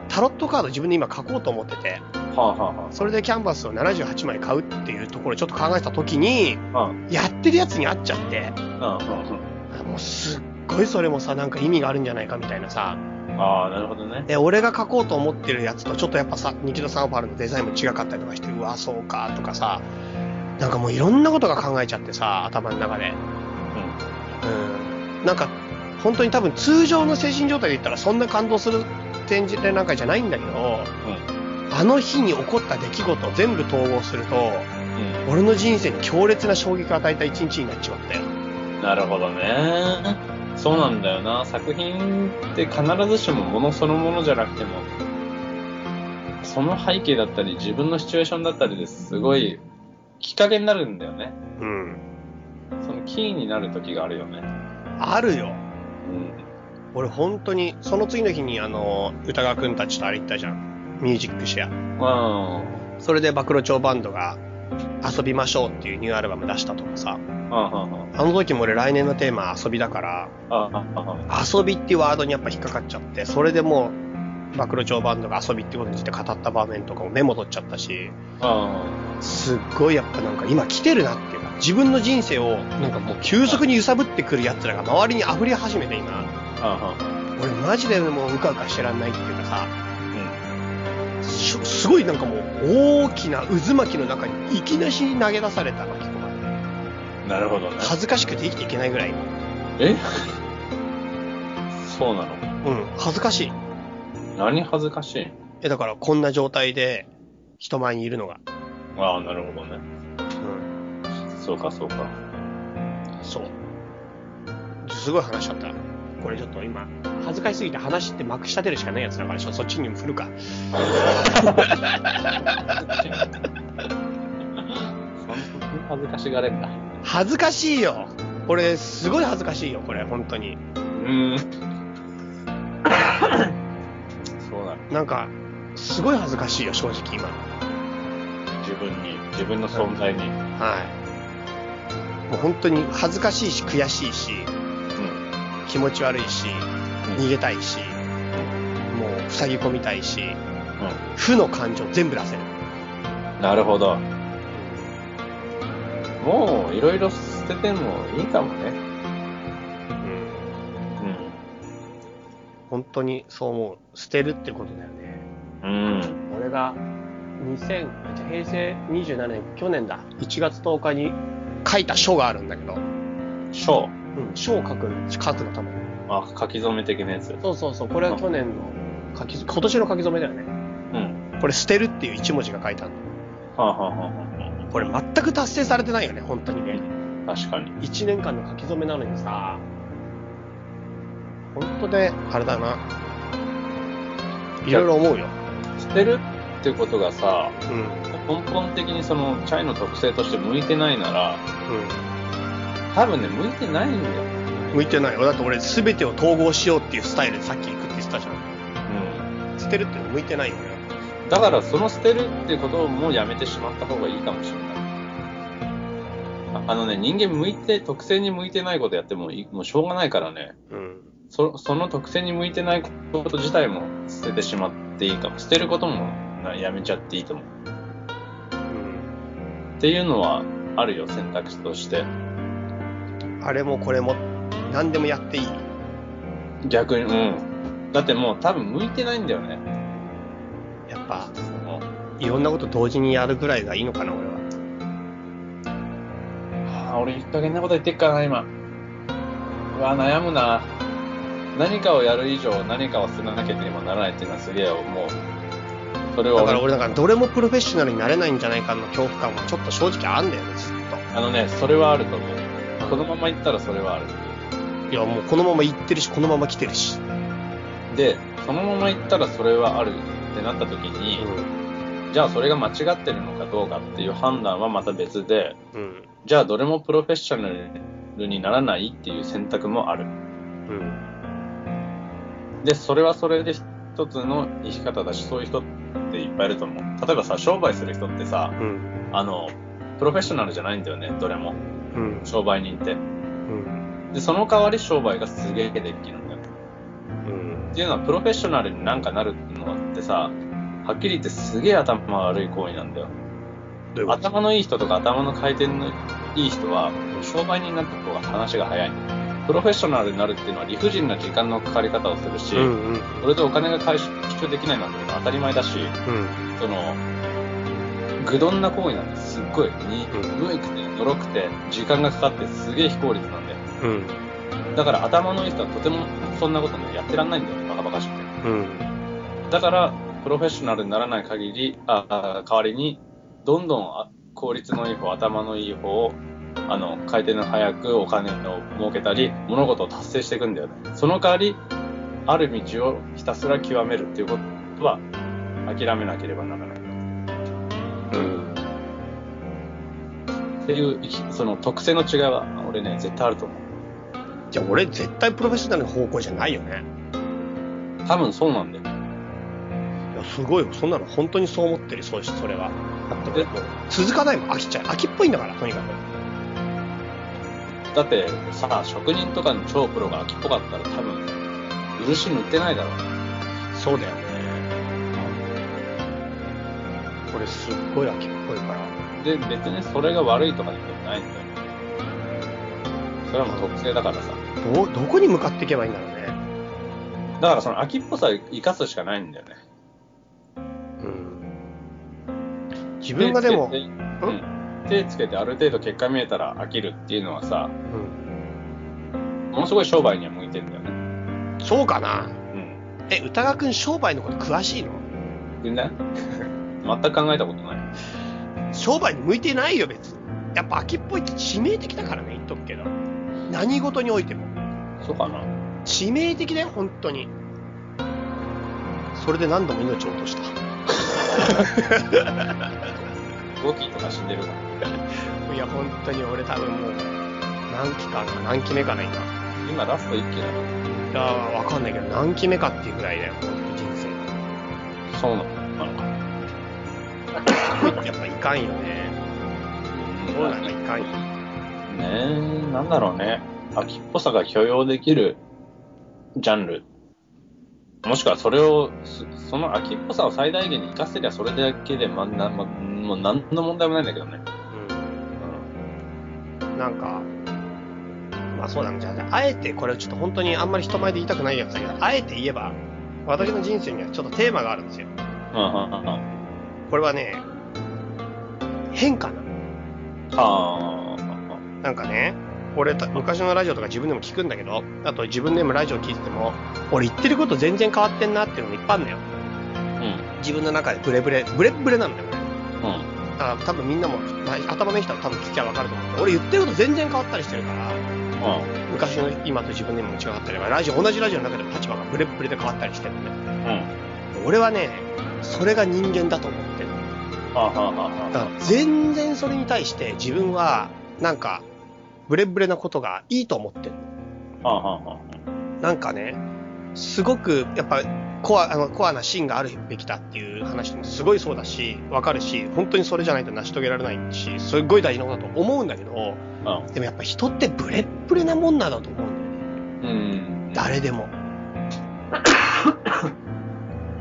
タロットカード自分で今書こうと思ってて、
え。はあは
それでキャンバスを78枚買うっていうところをちょっと考えた時に、
あはあ。うん。
やってるやつに会っちゃって、
うんうんうん。
もうすっごいそれもさ、なんか意味があるんじゃないかみたいなさ、
ああ、なるほどね。
で俺が書こうと思ってるやつとちょっとやっぱさ日野サンファルのデザインも違かったりとかしてうわそうかとかさなんかもういろんなことが考えちゃってさ頭の中で
うん。
うんなんか本当に多分通常の精神状態で言ったらそんな感動する展示展覧会じゃないんだけどあの日に起こった出来事を全部統合すると
うん。
俺の人生に強烈な衝撃を与えた一日になっちまったよ
うん。なるほどね。そうなんだよな。作品って必ずしもものそのものじゃなくても、その背景だったり、自分のシチュエーションだったりですごい、きっかけになるんだよね。
うん
そのキーになる時があるよね。
あるよ
うん。
俺本当にその次の日にあの歌川くんたちとあれ行ったじゃんミュージックシェア
うん。
それで暴露町バンドが遊びましょうっていうニューアルバム出したとかさ、
あ
あの時も俺来年のテーマ遊びだから、
ああ
遊びっていうワードにやっぱ引っかかっちゃって、それでもう、暴露帳バンドが遊びってことについて語った場面とかもメモ取っちゃったし、
あ
すっごいやっぱなんか今来てるなっていうか、自分の人生をなんかもう急速に揺さぶってくる奴らが周りに溢れ始めて今、
あ
俺マジでもううかうかしてらんないっていうかさ、すすごいなんかもう大きな渦巻きの中にいきなし投げ出された巻き込まれて
なるほどね
恥ずかしくて生きていけないぐらいうん
え そうなの
恥ずかしい
何恥ずかしい
えだからこんな状態で人前にいるのが
ああなるほどね
うん
そうかそうか
そうすごい話しちゃったこれちょっと今恥ずかしすぎて話ってまくし立てるしかないやつだからちょそっちに振るか
そんなに恥ずかしがれんだ
恥ずかしいよこれすごい恥ずかしいよこれ本当に
うんそうなの
なんかすごい恥ずかしいよ正直今
自分に自分の存在に
はいもう本当に恥ずかしいし悔しいし
うん
気持ち悪いし逃げたいしもう塞ぎ込みたいし負の感情全部出せる
うんなるほどもういろいろ捨ててもいいかもね
本当にそう思う捨てるってことだよね
うんうん
俺が2000じゃ平成27年去年だ1月10日に書いた書があるんだけど、う
書
ん、書を書く書くのために
あ書き初め的なやつ
そうそうそうこれは去年の書き今年の書き初めだよね
うん
これ捨てるっていう一文字が書いてあるの
はあ、はあはあ
これ全く達成されてないよね本当にね
はあ、確かに
1年間の書き初めなのにさ本当であれだないろいろ思うよ、
捨てるってことがさ
うんうん、
根本的にそのチャイの特性として向いてないなら多分ね向いてないんだよ
向いてないよだって俺全てを統合しようっていうスタイルでさっき行くって言ってたじゃ
うん
ん捨てるっていうの向いてないよ俺は
だからその捨てるってことをもうやめてしまった方がいいかもしれないああのね人間向いて特性に向いてないことやってもいもうしょうがないからね
うん
そその特性に向いてないこと自体も捨ててしまっていいかも捨てることもなやめちゃっていいと思うっていうのはあるよ選択肢として
うんあれもこれも何でもやっていい
逆にうんだってもう多分向いてないんだよね
やっぱ
その
いろんなこと同時にやるぐらいがいいのかな俺は
ああ、俺、いい加減なこと言ってっからな、今。うわ、悩むな。何かをやる以上、何かを捨てなきゃにもならないっていうのはすげえ思う。それは
だから俺だからどれもプロフェッショナルになれないんじゃないかの恐怖感はちょっと正直あんだよねずっ
あのね、それはあると思う。このまま行ったらそれはある。
といやもうこのまま行ってるしこのまま来てるし、
で、そのまま行ったらそれはあるってなった時に、じゃあそれが間違ってるのかどうかっていう判断はまた別で、
うん
じゃあどれもプロフェッショナルにならないっていう選択もある。
うん
で、それはそれで一つの生き方だし、そういう人っていっぱいいると思う。例えばさ、商売する人ってさ、
うん
あの、プロフェッショナルじゃないんだよね、どれも。
うん
商売人って。
うん
で、その代わり商売がすげえできるんだよ。
うん
っていうのは、プロフェッショナルになんかなるのってさ、はっきり言ってすげえ頭悪い行為なんだよ。
どういうこと
頭のいい人とか頭の回転のいい人は、商売人になった方が話が早い。プロフェッショナルになるっていうのは理不尽な時間のかかり方をするし、
うんうん
それでお金が回収できないなんてことは当たり前だし、
うん
その、愚鈍な行為なんです。すっごい。に、
うん
むいくて、のろくて、時間がかかって、すげえ非効率なんだよ。
うん
だから頭のいい人はとてもそんなことね、やってらんないんだよね、バカバカしくて。
うん
だから、プロフェッショナルにならない限り、ああ代わりに、どんどんあ効率のいい方、頭のいい方を、あの、回転の早くお金を儲けたり、物事を達成していくんだよね。その代わり、ある道をひたすら極めるっていうことは、諦めなければならない。
うん
っていう生きその特性の違いは俺ね絶対あると思う
じゃあ俺絶対プロフェッショナルの方向じゃないよね
多分そうなんだよ
いやすごいよそんなの本当にそう思ってるそうしそれはだって俺もう続かないもん飽きちゃう飽きっぽいんだからとにかく
だってさ、職人とかの超プロが秋っぽかったら多分、漆塗ってないだろう。
そうだよね。これすっごい秋っぽいから。
で、別にそれが悪いとかでもないんだよ。それはもう特性だからさ。
ど、どこに向かっていけばいいんだろうね。
だからその秋っぽさを生かすしかないんだよね。
うん。自分がでも、
手つけてうん手つけてある程度結果見えたら飽きるっていうのはさ、
うん。
ものすごい商売には向いてんだよね。
そうかな。
うん。
え、歌川くん商売のこと詳しいの
でね、 全く考えたことない。
商売に向いてないよ、別に。やっぱ秋っぽいって致命的だからね、言っとくけど。何事においても。
そうかな。
致命的だよ、本当に。それで何度も命を落とした。
ゴキとか死んでるから。
いや、本当に俺多分もう、何期かな、何期目かな、今。
今ラスト1期なの。
いや、わかんないけど、何期目かっていうぐらいだよ、本当人生。
そうなの。なんか。
やっぱいかんよね。そうなんかいかんよ。
ねえ、なんだろうね。秋っぽさが許容できるジャンル。もしくはそれを、そその秋っぽさを最大限に活かせりゃそれだけで、ま、な、ま、もう何の問題もないんだけどね。
うん。なんか、まあそうなんじゃあ、あえてこれちょっと本当にあんまり人前で言いたくないやつだけど、あえて言えば、私の人生にはちょっとテーマがあるんですよ。
うんうんうんうん。
これはね、変化なの。
あ
なんかね、俺た、昔のラジオとか自分でも聞くんだけど、あと自分でもラジオ聞いてても、俺言ってること全然変わってんなっていうのもいっぱいあるんだよ。
あ、うん。
自分の中でブレブレ、ブレブレなんだよ、
うん。
俺。だから多分みんなも、まあ頭のいい人は多分聞きゃわかると思うけど。俺言ってること全然変わったりしてるから、
う
昔の今と自分でも違かったり、ラジオ、同じラジオの中でも立場がブレブレで変わったりしてるのね。
ん。うん。
俺はね、それが人間だと思ってる。
あはは
だから全然それに対して自分は、なんか、ブレブレなことがいいと思ってる。
はは
なんかね、すごく、やっぱ、コア、あの、コアな芯があるべきだっていう話もすごいそうだし、わかるし、本当にそれじゃないと成し遂げられないし、すっごい大事なことだと思うんだけど、
は
でもやっぱ人ってブレッブレなもんなんだと思うんだよね。
うん。
誰でも。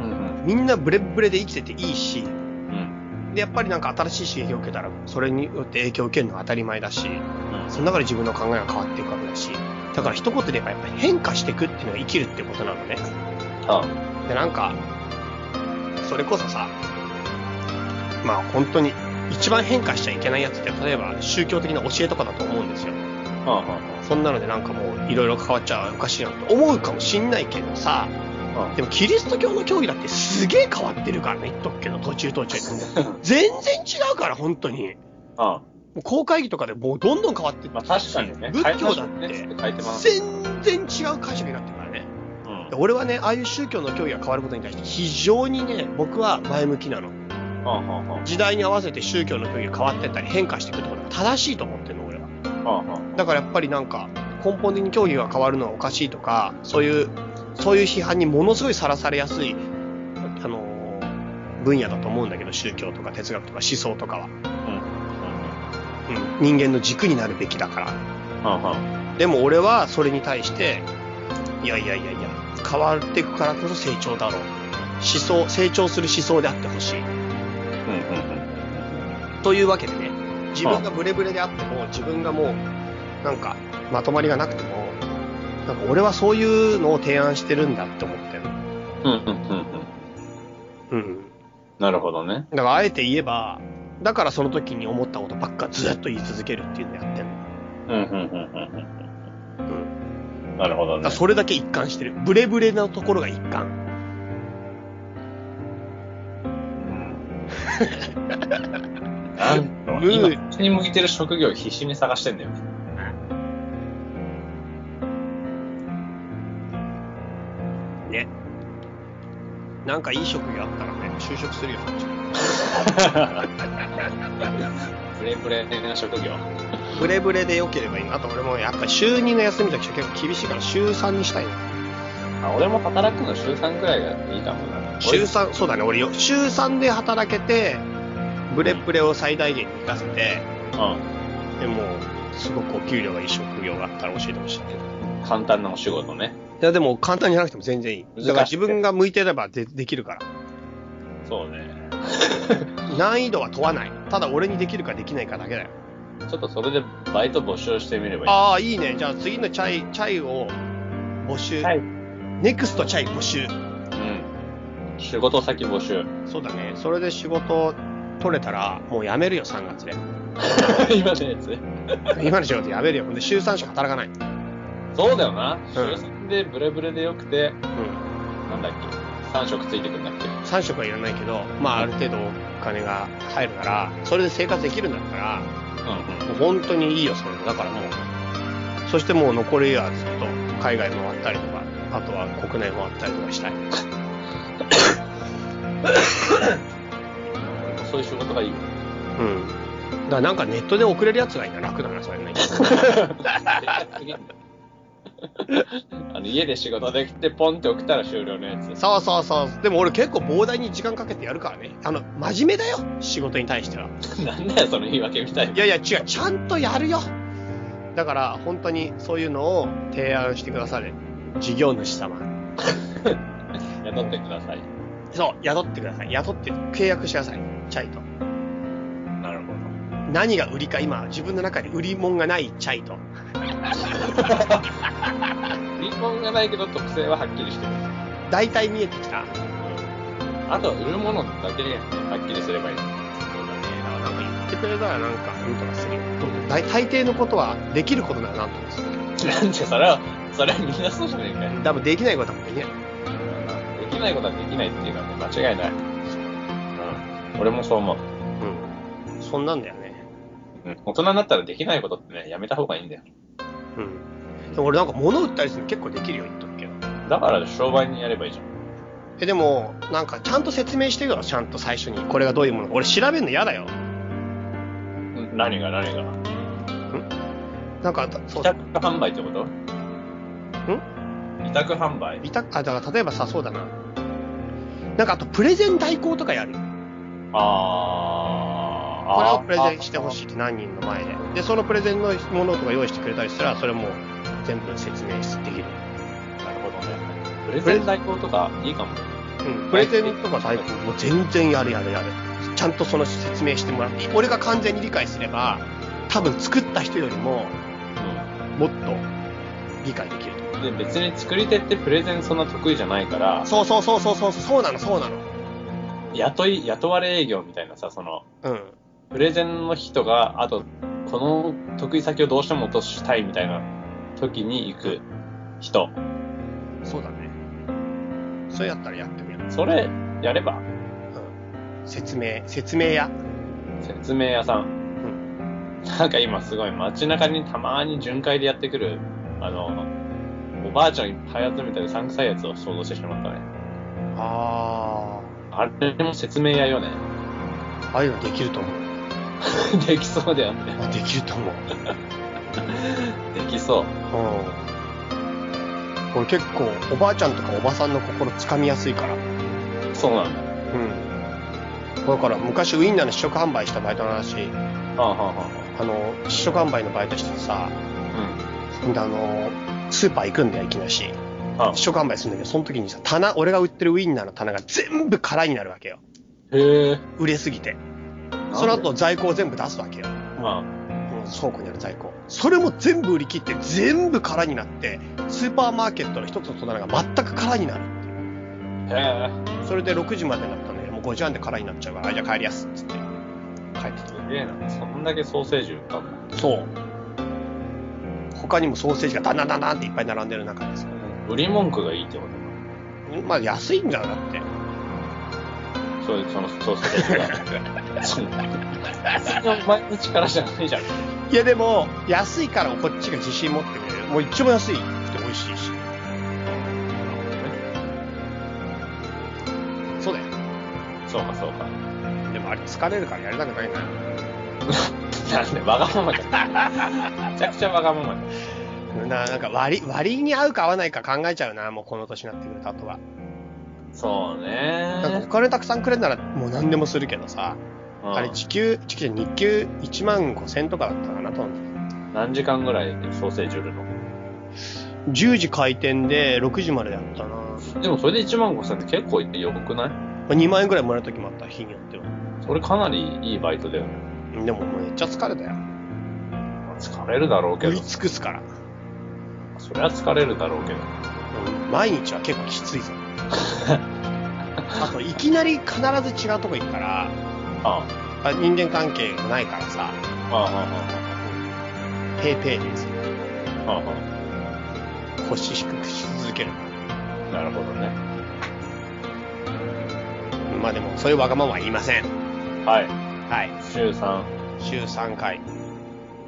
うん。
みんなブレッブレで生きてていいし、
うん。
で、やっぱりなんか新しい刺激を受けたら、それによって影響を受けるのは当たり前だし、
うん。
その中で自分の考えが変わっていくわけだし、だから一言で言えばやっぱ変化していくっていうのが生きるってことなのね。
あ
でなんかそれこそさまあ本当に一番変化しちゃいけないやつって例えば宗教的な教えとかだと思うんですよ
はは
そんなのでなんかもういろいろ変わっちゃおかしいなって思うかもしんないけどさ
は
でもキリスト教の教義だってすげえ変わってるからね言っとくけど途中途中全然違うから本当に
あ
もう公会議とかでもうどんどん変わってって
まあ確かにね。
仏教だって
変えてます。
全然違う解釈になってるからね
うん
で。俺はねああいう宗教の教義が変わることに対して非常にね僕は前向きなの
ははは
時代に合わせて宗教の教義が変わってったり変化していくってことが正しいと思ってるの俺は
はは。
だからやっぱりなんか根本的に教義が変わるのはおかしいとかそういうそういう批判にものすごいさらされやすいあのー分野だと思うんだけど宗教とか哲学とか思想とかは、うん、人間の軸になるべきだから
はは。
でも俺はそれに対していやいやいやいや変わっていくからこそ成長だろう思想成長する思想であってほしい
うんうん
というわけでね自分がブレブレであっても自分がもうなんかまとまりがなくてもなんか俺はそういうのを提案してるんだって思ってる
うん。うんうんう
う
ん。
ん
なるほどね。
だからあえて言えばだからその時に思ったことばっかずっと言い続けるっていうのやってる
うんうんうん
うん
うん。なるほど
だか
ね
ら。それだけ一貫してるブレブレなところが一貫
なんだろう今、うちに向いてる職業を必死に探してんだよね。
ねなんかいい職業あったらね就職するよそっち
プレプレな職業。
ブレブレで良ければいいなあと俺もやっぱ週2の休みの時は結構厳しいから週3にしたいな
あ俺も働くの週3くらいがいいかもな。
週3、そうだね、俺よ、週3で働けて、ブレブレを最大限に活かせて、
うん。
でもう、すごくお給料がいい職業があったら教えてほしいけど。い
簡単なお仕事ね。
や、でも簡単にじゃなくても全然いい。だから
難し
自
くて
分が向いてればでできるから。
そうね。
難易度は問わない。ただ俺にできるかできないかだけだよ。
ちょっとそれでバイト募集してみればいい。
ああ、いいね。じゃあ次のチャイ、チャイを募集。
はい。う
ネクストチャイ募集。
ん。仕事先募 集。
そうだね。それで仕事取れたら、もう辞めるよ、3月 で。
今のやつね。
今の仕事辞めるよ。ほんで、週3しか働かない。
そうだよな。週三でブレブレでよくて、
うん。
なんだっけ。3食ついてくんだっけ。
3食はいらないけど、まあ、ある程度お金が入るから、それで生活できるんだったら、
うん
もう本当にいいよ、それで。だからもう、そしてもう残りはずっと海外回ったりとか、あとは国内回ったりとかしたい。
うん。そういう仕事がいいよ。
うん。だからなんかネットで送れるやつがいいな。楽だな、それね。
あの家で仕事できて、ポンって送ったら終了のやつ。
そうそうそう。でも俺結構膨大に時間かけてやるからね。あの、真面目だよ。仕事に対しては。
なんだよ、その言い訳みたい
い
な。
やいや、違う。ちゃんとやるよ。だから、本当にそういうのを提案してくださる事業主様。
雇ってください。
そう、雇ってください。雇って、契約してください。チャイと。
なるほど。
何が売りか、今、自分の中に売り物がないチャイと。
貧乏がないけど特性ははっきりしてる。
大体見えてきた。
あとは売るものだけはっきりすればいい。
そうだね。だからなんか言ってくれたらなんか、うんとかするよ。大大抵のことはできることならなんとかする。
なんでそれは、それはみんなそうじゃねえかよ。
多分できないことはできない。
できないことはできないっていうか、もう間違いない。うん。俺もそう思う。
うん。そんなんだよね。
うん。大人になったらできないことってね、やめた方がいいんだよ。
うん。でも俺なんか物売ったりするの結構できるよ、言っとくけど。
だから商売にやればいいじゃん。
え、でも、なんかちゃんと説明してよ、ちゃんと最初に。これがどういうものか。俺調べるの嫌だよ。
ん何が何が。
なんか、そ
委
う
託販売ってこと委託販売
委託、あ、だから例えばさ、そうだな。なんかあと、プレゼン代行とかやる。
あー。
これをプレゼンしてほしいって何人の前で。で、そのプレゼンのものとか用意してくれたりしたら、それも全部説明できる。
い。なるほどね。プレゼン代行とかいいかも。
うん、プレゼンとか最高、もう全然やるやるやる。ちゃんとその説明してもらって、俺が完全に理解すれば、多分作った人よりも、もっと理解できると思
で、別に作り手ってプレゼンそんな得意じゃないから
う。、そうそうそうそうそう、そうなの、そうなの。
雇い、雇われ営業みたいなさ、その、
うん。
プレゼンの人が、あと、この得意先をどうしても落としたいみたいな時に行く人。
そうだね。それやったらやってみよう。
それ、やれば、
うん。説明、説明や。
説明屋さん。
うん。
なんか今すごい街中にたまに巡回でやってくる、あの、おばあちゃんいっぱい集めたり、さんくさいやつを想像してしまったね。
あ
あれも説明屋よね。
ー。ああいうのできると思う。
できそうだよね。
あできると思う。
できそ
うん。
う。
これ結構、おばあちゃんとかおばさんの心掴みやすいから。
そうなんだ。
うん。だから昔ウインナーの試食販売したバイトの話、
はあ、はあは
あの、試食販売のバイトしててさ、
あ、うん。
ほんであの、スーパー行くんだよ、いきなりし。
あ
試食販売するんだけど、その時にさ、棚、俺が売ってるウインナーの棚が全部空になるわけよ。
へえ。
売れすぎて。その後在庫を全部出すわけよ。
ま
うん倉庫にある在庫。それも全部売り切って、全部空になって、スーパーマーケットの一つの棚が全く空になる。
あ、へえ。
それで6時までになったんだけど、もう5時半で空になっちゃうから、あじゃあ帰りやすっつって。帰ってた。
すげえな。そんだけソーセージ売ったんだ。
そう。他にもソーセージがダンダンダンダンっていっぱい並んでる中です。
売り文句がいいってこと
まあ安いんだよ、だって。
そういう、そのソーセ ージが。そんな毎日からじゃないじゃん。
いやでも、安いからこっちが自信持ってくれる。もう一番安いって美味しいし。そうだよ。
そうか、そうか。
でもあれ疲れるからやりたくないな。
なんで、わがままじゃん。めちゃくちゃわがままじ
ななんか割り、割りに合うか合わないか考えちゃうな、もうこの年になってくると、あとは。
ゃん。そう
なんか
ね
お。金たくさんくれるならもう何でもするけどさ、あれ時給、時給日給1万5千とかだったかな、と思う。
何時間ぐらいソーセージ売るの
10時開店で6時までだったな。ま
でもそれで1万5000って結構いってよくない
あ2万円ぐらいもらうときもあった、日によっては。
それかなりいいバイトだよね。
でももうめっちゃ疲れたよ。
まあ疲れるだろうけ
食
ど
い、尽くすから。
そりゃ疲れるだろうけど。
毎日は結構きつ いぞ。あと、いきなり必ず違うとこ行くから、
あ
あ人間関係がないからさ、
あ、ああ、あ
ペーペーですよ。
あ、ああ、あ
腰低くし続ける。
あ、なるほどね。
まあでも、そういうわがままは言いません。
はい。
はい。
週3、
週3回。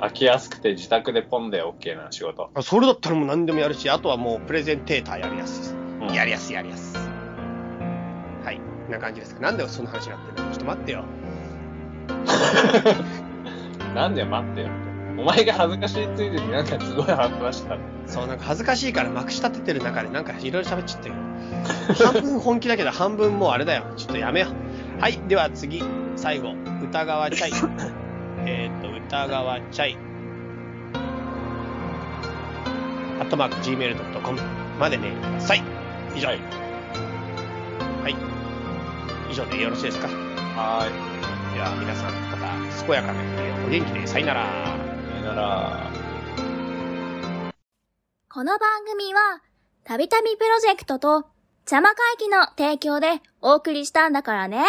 飽きやすくて自宅でポンで OK な仕事。
あそれだったらもう何でもやるし、あとはもうプレゼンテーターやりやすい。
うん
やりやすい、やりやすい。はい。こんな感じですか。なんでそんな話になってるのちょっと待ってよ。
なんで待ってよ。お前が恥ずかしいついでになんかすごい話したの。
そう、なんか恥ずかしいからまくし立ててる中でなんかいろいろ喋っちゃって るよ。半分本気だけど半分もうあれだよ。ちょっとやめよう。はい。では次、最後。歌川チャイ。 えーっと、歌川チャイ。アットマーク Gmail.com までメールください。以上。
はい
はい。以上でよろしいですか。
は
では皆さん、また健やかな日々をお元気で。さよなら。
ーい。さよなら。
この番組は、たびたびプロジェクトと、邪魔会議の提供でお送りしたんだからね。